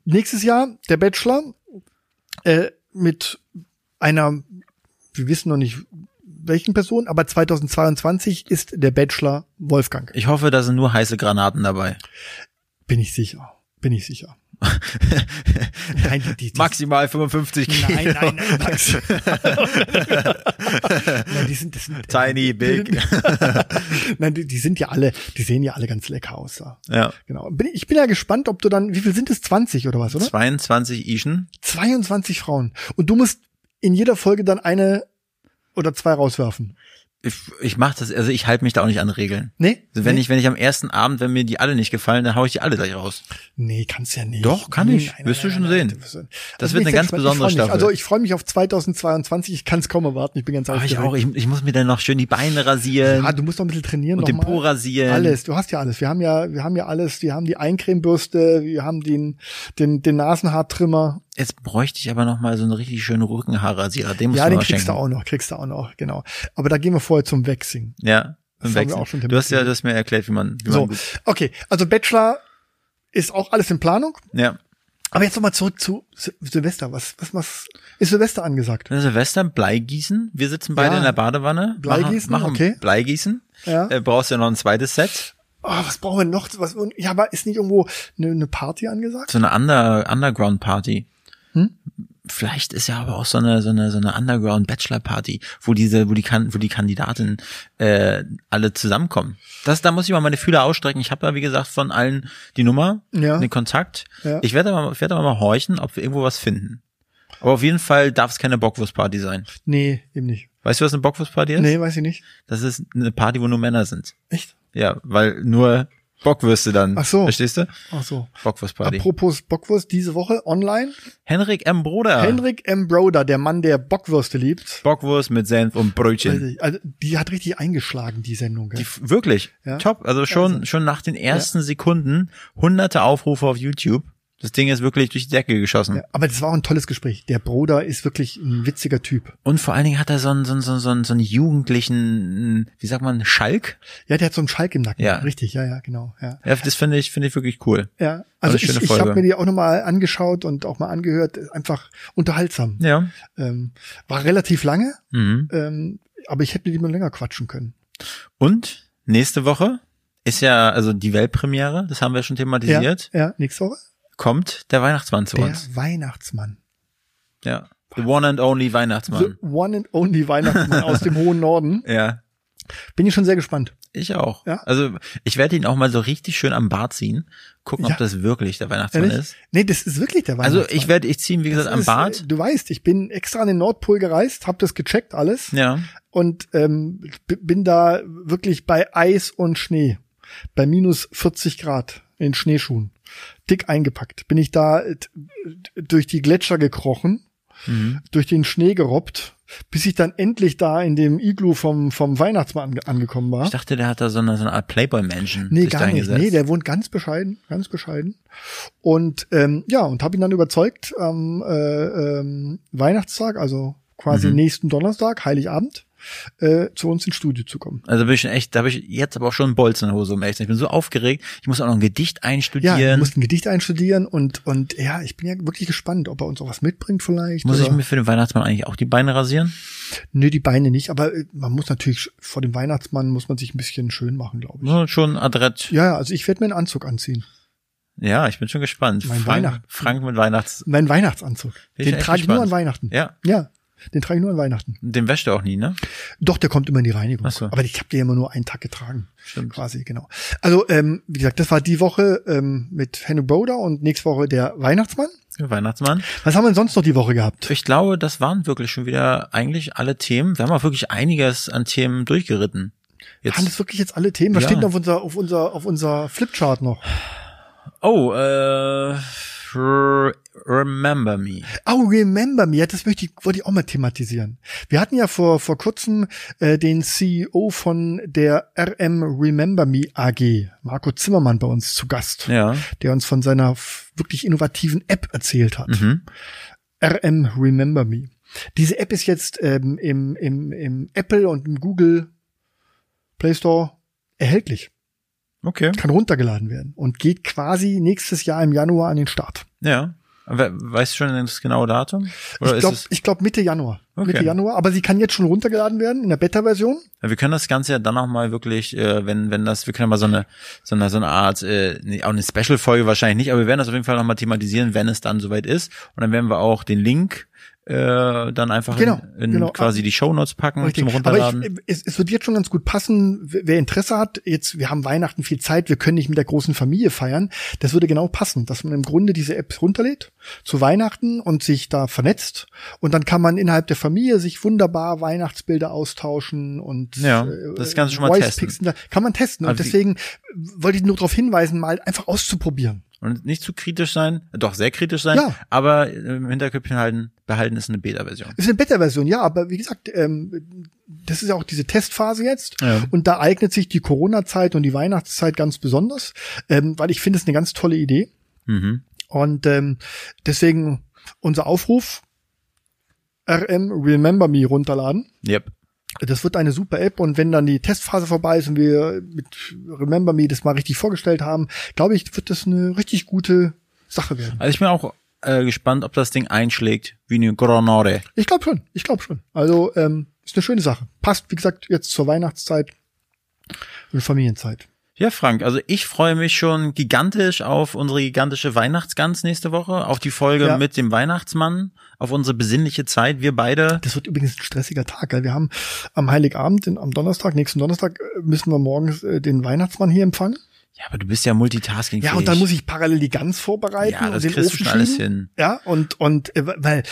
S2: nächstes Jahr der Bachelor äh, mit einer, wir wissen noch nicht welchen Person, aber 2022 ist der Bachelor Wolfgang.
S3: ich hoffe, da sind nur heiße Granaten dabei.
S2: Bin ich sicher. Bin ich sicher. nein, die, die, die,
S3: Maximal 55 Kilo.
S2: Nein, nein, nein, Max. nein, die sind, das sind
S3: Tiny, big.
S2: nein, die, die sind ja alle, die sehen ja alle ganz lecker aus. Da.
S3: Ja.
S2: Genau. Bin, ich bin ja gespannt, ob du dann, wie viel sind es? 20 oder was, oder?
S3: 22 Ischen.
S2: 22 Frauen. Und du musst in jeder Folge dann eine oder zwei rauswerfen.
S3: Ich, ich mach das, also ich halte mich da auch nicht an Regeln.
S2: Nee?
S3: Also wenn
S2: nee?
S3: ich, wenn ich am ersten Abend, wenn mir die alle nicht gefallen, dann hau ich die alle gleich raus.
S2: Nee, kannst ja nicht.
S3: Doch, kann
S2: Nee,
S3: ich. Wirst du schon sehen.
S2: du wirst-
S3: Das
S2: Also
S3: wird
S2: bin
S3: eine
S2: ich
S3: ganz
S2: sehr gespannt.
S3: besondere
S2: ich freu mich.
S3: Staffel.
S2: Also ich freue mich auf 2022. Ich kann es kaum erwarten. Ich bin ganz
S3: Ach, Ah, ich
S2: aufgeregt.
S3: auch. Ich, ich muss mir dann noch schön die Beine rasieren
S2: Ja, du musst noch ein bisschen trainieren.
S3: und
S2: noch
S3: den
S2: mal.
S3: Po rasieren.
S2: Alles, du hast ja alles. Wir haben ja, wir haben ja alles. Wir haben die Eincremebürste, wir haben den, den, den Nasenhaartrimmer.
S3: Jetzt bräuchte ich aber noch mal so einen richtig schönen Rückenhaarrasierer. Den musst
S2: Ja,
S3: du
S2: den
S3: mir mal
S2: kriegst
S3: schenken.
S2: du auch noch, kriegst du auch noch, genau. Aber da gehen wir vorher zum Waxing.
S3: Ja.
S2: Das
S3: im
S2: haben wir
S3: Wechsel.
S2: auch schon
S3: du hast ja, du hast mir erklärt, wie man, wie
S2: So,
S3: man gut,
S2: okay. Also Bachelor ist auch alles in Planung.
S3: ja.
S2: Aber jetzt nochmal zurück zu Sil Silvester. Was, was, was ist Silvester angesagt?
S3: Silvester, Bleigießen. Wir sitzen beide
S2: Ja.
S3: in der Badewanne.
S2: Bleigießen,
S3: machen, machen
S2: okay.
S3: Bleigießen.
S2: Ja.
S3: Äh, brauchst ja noch ein zweites Set.
S2: Oh, was brauchen wir noch? Was, ja, aber ist nicht irgendwo eine, eine Party angesagt?
S3: So eine Under, Underground Party.
S2: Hm?
S3: Vielleicht ist ja aber auch so eine, so eine, so eine Underground Bachelor Party, wo diese, wo die, kan wo die Kandidaten, äh, alle zusammenkommen. Das, da muss ich mal meine Fühler ausstrecken. Ich habe da, wie gesagt, von allen die Nummer,
S2: Ja.
S3: den Kontakt.
S2: Ja.
S3: Ich werde aber, ich werde aber mal horchen, ob wir irgendwo was finden. Aber auf jeden Fall darf es keine Bockwurstparty sein.
S2: Nee, eben nicht.
S3: Weißt du, was eine Bockwurstparty ist?
S2: Nee, weiß ich nicht.
S3: Das ist eine Party, wo nur Männer sind.
S2: Echt?
S3: Ja, weil nur Bockwürste dann.
S2: Ach so.
S3: Verstehst du?
S2: Ach so.
S3: Bockwurstparty.
S2: Apropos Bockwurst, diese Woche online.
S3: Henrik M. Broder.
S2: Henrik M. Broder, der Mann, der Bockwürste liebt.
S3: Bockwurst mit Senf und
S2: Weiß
S3: Brötchen.
S2: ich, also, die hat richtig eingeschlagen, die Sendung. Gell?
S3: Die, f- wirklich.
S2: Ja.
S3: Top. Also schon, schon nach den ersten Sekunden hunderte Aufrufe auf YouTube. Das Ding ist wirklich durch die Decke geschossen.
S2: ja, aber das war auch ein tolles Gespräch. Der Broder ist wirklich ein witziger Typ.
S3: Und vor allen Dingen hat er so einen, so einen, so einen- so einen, so einen jugendlichen, wie sagt man, Schalk.
S2: Ja, der hat so einen Schalk im Nacken.
S3: Ja.
S2: Richtig, ja, ja, genau. Ja.
S3: Ja, das finde ich, finde ich wirklich cool.
S2: Ja, also ich,
S3: schöne
S2: ich
S3: Folge.
S2: habe mir die auch nochmal angeschaut und auch mal angehört. Ist Einfach unterhaltsam.
S3: Ja.
S2: Ähm, war relativ lange,
S3: Mhm.
S2: ähm, aber ich hätte mit ihm noch länger quatschen können.
S3: Und nächste Woche ist ja, also die Weltpremiere, das haben wir schon thematisiert,
S2: Ja, ja nächste Woche.
S3: kommt der Weihnachtsmann zu
S2: Der
S3: uns.
S2: Weihnachtsmann.
S3: Ja. The one and only Weihnachtsmann.
S2: The one and only Weihnachtsmann aus dem hohen Norden.
S3: Ja.
S2: Bin ich schon sehr gespannt.
S3: Ich auch.
S2: Ja.
S3: Also ich werde ihn auch mal so richtig schön am Bart ziehen, gucken,
S2: Ja.
S3: ob das wirklich der Weihnachtsmann
S2: Ehrlich?
S3: ist.
S2: Nee, das ist wirklich der
S3: Also ich werde, ich ziehe ihn, wie gesagt, am
S2: ist,
S3: Bart.
S2: äh, Du weißt, ich bin extra an den Nordpol gereist, habe das gecheckt alles
S3: Ja.
S2: und ähm, b- bin da wirklich bei Eis und Schnee, bei minus 40 Grad in Schneeschuhen, dick eingepackt. Bin ich da äh, t- äh, durch die Gletscher gekrochen,
S3: Mhm.
S2: durch den Schnee gerobbt, bis ich dann endlich da in dem Iglu vom vom Weihnachtsmann ange angekommen war.
S3: Ich dachte, der hat da so eine, so eine Art Playboy-Menschen
S2: Nee,
S3: sich
S2: gar
S3: da
S2: nicht.
S3: hingesetzt.
S2: Nee, der wohnt ganz bescheiden, ganz bescheiden. Und ähm, ja, und habe ihn dann überzeugt am äh, ähm, Weihnachtstag, also quasi
S3: Mhm.
S2: nächsten Donnerstag, Heiligabend, äh, zu uns ins Studio zu kommen.
S3: Also bin ich schon echt, da habe ich jetzt aber auch schon einen Bolz in der Hose, um ehrlich zu sein. Ich bin so aufgeregt. Ich muss auch noch ein Gedicht einstudieren.
S2: Ja, du
S3: muss
S2: musst ein Gedicht einstudieren und und ja, ich bin ja wirklich gespannt, ob er uns auch was mitbringt vielleicht.
S3: ich
S2: oder-
S3: mir für den Weihnachtsmann eigentlich auch die Beine rasieren?
S2: Nö, die Beine nicht, aber äh, man muss natürlich sch- vor dem Weihnachtsmann muss man sich ein bisschen schön machen, glaube ich.
S3: So, Schon adrett. Ja.
S2: Ja, ja, also ich werde mir einen Anzug anziehen.
S3: ich bin schon gespannt.
S2: Mein
S3: Frank,
S2: Weihnachten.
S3: Frank mit Weihnachts.
S2: Meinen Weihnachtsanzug.
S3: Bin ich
S2: den
S3: echt
S2: trage ich nur
S3: gespannt.
S2: an Weihnachten.
S3: Ja,
S2: ja, den trage ich nur an Weihnachten.
S3: den wäscht er auch nie, ne?
S2: Doch, der kommt immer in die Reinigung.
S3: Ach so.
S2: Aber ich habe den immer nur einen Tag getragen,
S3: Stimmt.
S2: quasi, genau. Also, ähm, wie gesagt, das war die Woche ähm, mit Henno Broder und nächste Woche der Weihnachtsmann.
S3: Der Weihnachtsmann.
S2: Was haben wir denn sonst noch die Woche gehabt?
S3: Ich glaube, das waren wirklich schon wieder eigentlich alle Themen. Wir haben auch wirklich einiges an Themen durchgeritten.
S2: Haben
S3: Jetzt.
S2: das wirklich jetzt alle Themen? Was
S3: Ja.
S2: steht denn auf unser, auf unser, auf unser Flipchart noch?
S3: Oh, äh, r- remember me.
S2: Oh, Remember Me, ja, das möchte ich, wollte ich auch mal thematisieren. Wir hatten ja vor, vor kurzem äh, den CEO von der RM Remember Me AG, Marco Zimmermann, bei uns zu Gast,
S3: Ja.
S2: der uns von seiner f- wirklich innovativen App erzählt hat.
S3: Mhm.
S2: RM Remember Me. Diese App ist jetzt ähm, im, im, im Apple und im Google Play Store erhältlich,
S3: Okay.
S2: kann runtergeladen werden und geht quasi nächstes Jahr im Januar an den Start.
S3: Ja. We weißt du schon das genaue Datum? Oder
S2: ich
S3: ist
S2: glaube
S3: es,
S2: glaub Mitte Januar.
S3: Okay.
S2: Mitte Januar, aber sie kann jetzt schon runtergeladen werden in der Beta-Version.
S3: Ja, wir können das Ganze ja dann auch mal wirklich, äh, wenn, wenn das, wir können ja mal so eine, so eine, so eine Art, äh, nee, auch eine Special-Folge wahrscheinlich nicht, aber wir werden das auf jeden Fall nochmal thematisieren, wenn es dann soweit ist. Und dann werden wir auch den Link äh, dann einfach
S2: Genau,
S3: in, in
S2: genau.
S3: quasi die Shownotes packen
S2: Richtig.
S3: zum
S2: Aber
S3: Runterladen.
S2: ich, es, es wird jetzt schon ganz gut passen. Wer wer Interesse hat, jetzt, wir haben Weihnachten viel Zeit, wir können nicht mit der großen Familie feiern. Das würde genau passen, dass man im Grunde diese Apps runterlädt zu Weihnachten und sich da vernetzt. Und dann kann man innerhalb der Familie sich wunderbar Weihnachtsbilder austauschen und
S3: Ja,
S2: äh,
S3: das Ganze schon mal
S2: Voice
S3: testen.
S2: Picks und da- Kann man testen.
S3: Aber
S2: Und
S3: wie-
S2: deswegen wollte ich nur darauf hinweisen, mal einfach auszuprobieren.
S3: Und nicht zu kritisch sein, äh, doch sehr kritisch sein,
S2: Ja.
S3: aber im Hinterköpfchen halten, behalten ist eine Beta-Version.
S2: Ist eine Beta-Version, ja, aber wie gesagt, ähm, das ist ja auch diese Testphase jetzt.
S3: Ja.
S2: Und da eignet sich die Corona-Zeit und die Weihnachtszeit ganz besonders, ähm, weil ich finde es eine ganz tolle Idee.
S3: Mhm.
S2: Und ähm, deswegen unser Aufruf, RM Remember Me runterladen.
S3: Yep.
S2: Das wird eine super App und wenn dann die Testphase vorbei ist und wir mit Remember Me das mal richtig vorgestellt haben, glaube ich, wird das eine richtig gute Sache werden.
S3: Also ich bin auch äh, gespannt, ob das Ding einschlägt wie eine Granore.
S2: Ich glaube schon, ich glaube schon. Also ähm, ist eine schöne Sache. Passt, wie gesagt, jetzt zur Weihnachtszeit und Familienzeit.
S3: Ja, Frank, also ich freue mich schon gigantisch auf unsere gigantische Weihnachtsgans nächste Woche, auf die Folge
S2: Ja.
S3: mit dem Weihnachtsmann, auf unsere besinnliche Zeit. Wir beide,
S2: Das wird übrigens ein stressiger Tag. Gell? Wir haben am Heiligabend, den- am Donnerstag, nächsten Donnerstag äh, müssen wir morgens äh, den Weihnachtsmann hier empfangen.
S3: ja, aber du bist ja multitasking
S2: Ja, und dann muss ich parallel die Gans vorbereiten
S3: Ja, das
S2: und den
S3: kriegst du
S2: Ofen
S3: schon alles
S2: schieben.
S3: hin.
S2: Ja, und und äh, weil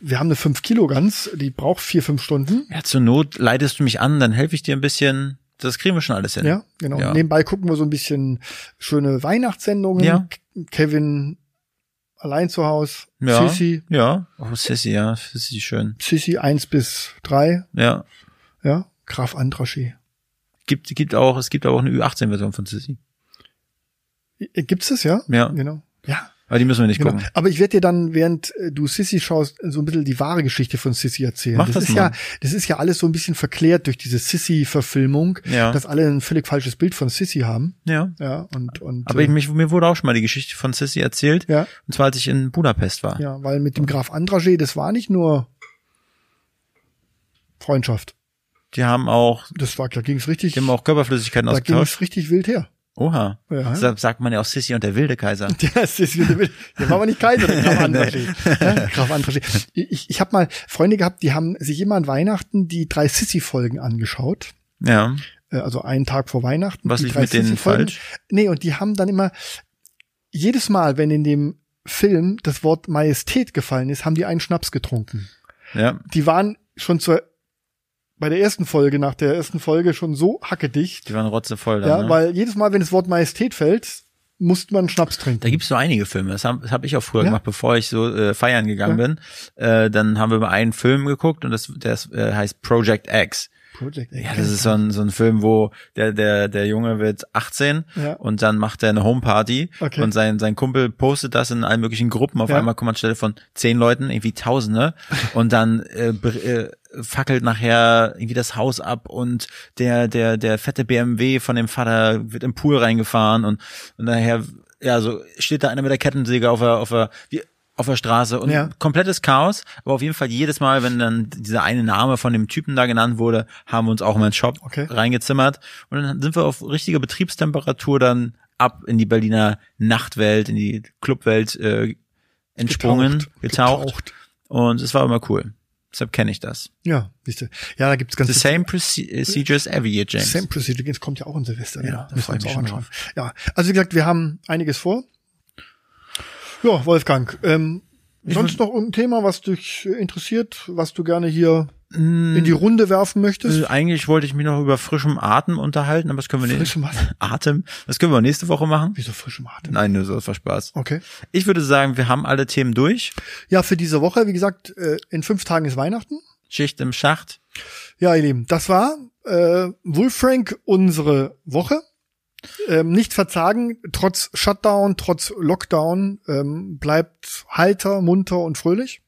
S2: wir haben eine 5 Kilo Gans, die braucht vier fünf Stunden.
S3: Ja, zur Not leitest du mich an, dann helfe ich dir ein bisschen. Das kriegen wir schon alles hin.
S2: Ja, genau.
S3: Ja.
S2: Nebenbei gucken wir so ein bisschen schöne Weihnachtssendungen.
S3: Ja.
S2: K- Kevin allein zu Hause,
S3: Ja.
S2: Sissi,
S3: Ja. Oh, Sissy, ja, Sissy, schön.
S2: Sissi 1 bis 3,
S3: Ja.
S2: ja, Graf Andraschi.
S3: Gibt, gibt auch, es gibt aber auch eine Ü18-Version von Sissy.
S2: Äh, Gibt's das, ja?
S3: Ja.
S2: Genau. Ja,
S3: Aber die müssen wir nicht
S2: genau.
S3: gucken.
S2: Aber ich werde dir dann, während äh, du Sissy schaust, so ein bisschen die wahre Geschichte von Sissy erzählen.
S3: Mach das
S2: ist
S3: mal.
S2: ja, das ist ja alles so ein bisschen verklärt durch diese Sissy-Verfilmung,
S3: Ja.
S2: dass alle ein völlig falsches Bild von Sissy haben.
S3: Ja.
S2: Ja, und, und
S3: Aber
S2: äh,
S3: ich, mich, mir wurde auch schon mal die Geschichte von Sissy erzählt.
S2: Ja.
S3: Und zwar, als ich in Budapest war.
S2: ja, weil mit dem Graf Andraschi, das war nicht nur Freundschaft.
S3: Die haben auch,
S2: Das war, da ging's richtig,
S3: die haben auch Körperflüssigkeiten
S2: da
S3: ausgetauscht.
S2: ging's richtig wild her.
S3: Oha.
S2: Ja.
S3: Deshalb sagt man ja auch Sissy und der wilde Kaiser.
S2: Ja, es ist wieder mit. Der war aber nicht Kaiser, der Graf Andraschi. Ja, Graf Andraschi. Ich, ich habe mal Freunde gehabt, die haben sich immer an Weihnachten die drei Sissy-Folgen angeschaut.
S3: Ja.
S2: äh, also einen Tag vor Weihnachten.
S3: Was
S2: die
S3: lief
S2: drei
S3: mit denen
S2: Sissi-Folgen.
S3: falsch?
S2: Nee, und die haben dann immer, jedes Mal, wenn in dem Film das Wort Majestät gefallen ist, haben die einen Schnaps getrunken.
S3: Ja.
S2: Die waren schon zur, bei der ersten Folge, nach der ersten Folge schon so hackedicht,
S3: Die waren rotzevoll dann.
S2: ja,
S3: ne?
S2: weil jedes Mal, wenn das Wort Majestät fällt, musste man einen Schnaps trinken.
S3: Da gibt's so einige Filme. Das habe hab ich auch früher
S2: Ja.
S3: gemacht, bevor ich so äh, feiern gegangen bin. Äh, dann haben wir mal einen Film geguckt und das, der ist, äh, heißt Project X.
S2: Project X.
S3: Ja, das ist so ein, so ein Film, wo der, der, der Junge wird 18
S2: Ja.
S3: und dann macht er eine Homeparty
S2: Okay.
S3: und sein, sein Kumpel postet das in allen möglichen Gruppen. Auf
S2: Ja.
S3: einmal kommt man anstelle von zehn Leuten irgendwie Tausende und dann äh, br- äh, fackelt nachher irgendwie das Haus ab und der, der, der fette BMW von dem Vater wird im Pool reingefahren und, und nachher, ja, so steht da einer mit der Kettensäge auf der, auf der, wie, auf der Straße und
S2: Ja.
S3: komplettes Chaos, aber auf jeden Fall jedes Mal, wenn dann dieser eine Name von dem Typen da genannt wurde, haben wir uns auch in den Shop
S2: Okay.
S3: reingezimmert und dann sind wir auf richtige Betriebstemperatur dann ab in die Berliner Nachtwelt, in die Clubwelt äh, entsprungen, getaucht,
S2: Getaucht.
S3: und es war immer cool. Deshalb kenne ich das.
S2: Ja, siehst du. Ja, da gibt's ganz
S3: The
S2: viel-
S3: same proce- procedures every year, James.
S2: äh, Same Procedure Games kommt ja auch in Silvester.
S3: Ja,
S2: Ja,
S3: da
S2: müssen
S3: freu
S2: wir uns
S3: ich
S2: auch
S3: mich schon
S2: anschauen. Ja, also wie gesagt, wir haben einiges vor. Ja, Wolfgang, ähm, sonst noch ein Thema, was dich äh, interessiert, was du gerne hier in die Runde werfen möchtest?
S3: Mm. Äh, Eigentlich wollte ich mich noch über frischem Atem unterhalten, aber das können wir nicht.
S2: Frischem Atem?
S3: Atem. Das können wir nächste Woche machen.
S2: Wieso frischem Atem?
S3: Nein, nur so, das war Spaß.
S2: Okay.
S3: Ich würde sagen, wir haben alle Themen durch.
S2: Ja, für diese Woche, wie gesagt, äh, in fünf Tagen ist Weihnachten.
S3: Schicht im Schacht.
S2: Ja, ihr Lieben, das war äh, Wolfrank unsere Woche. Ähm, nicht verzagen, trotz Shutdown, trotz Lockdown, ähm, bleibt heiter, munter und fröhlich.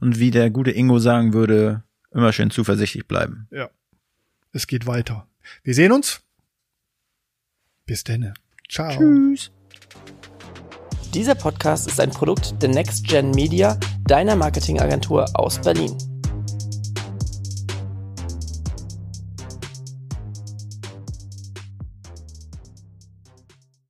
S3: Und wie der gute Ingo sagen würde, immer schön zuversichtlich bleiben.
S2: Ja. Es geht weiter. Wir sehen uns. Bis denne. Ciao.
S3: Tschüss.
S4: Dieser Podcast ist ein Produkt der Next Gen Media, deiner Marketingagentur aus Berlin.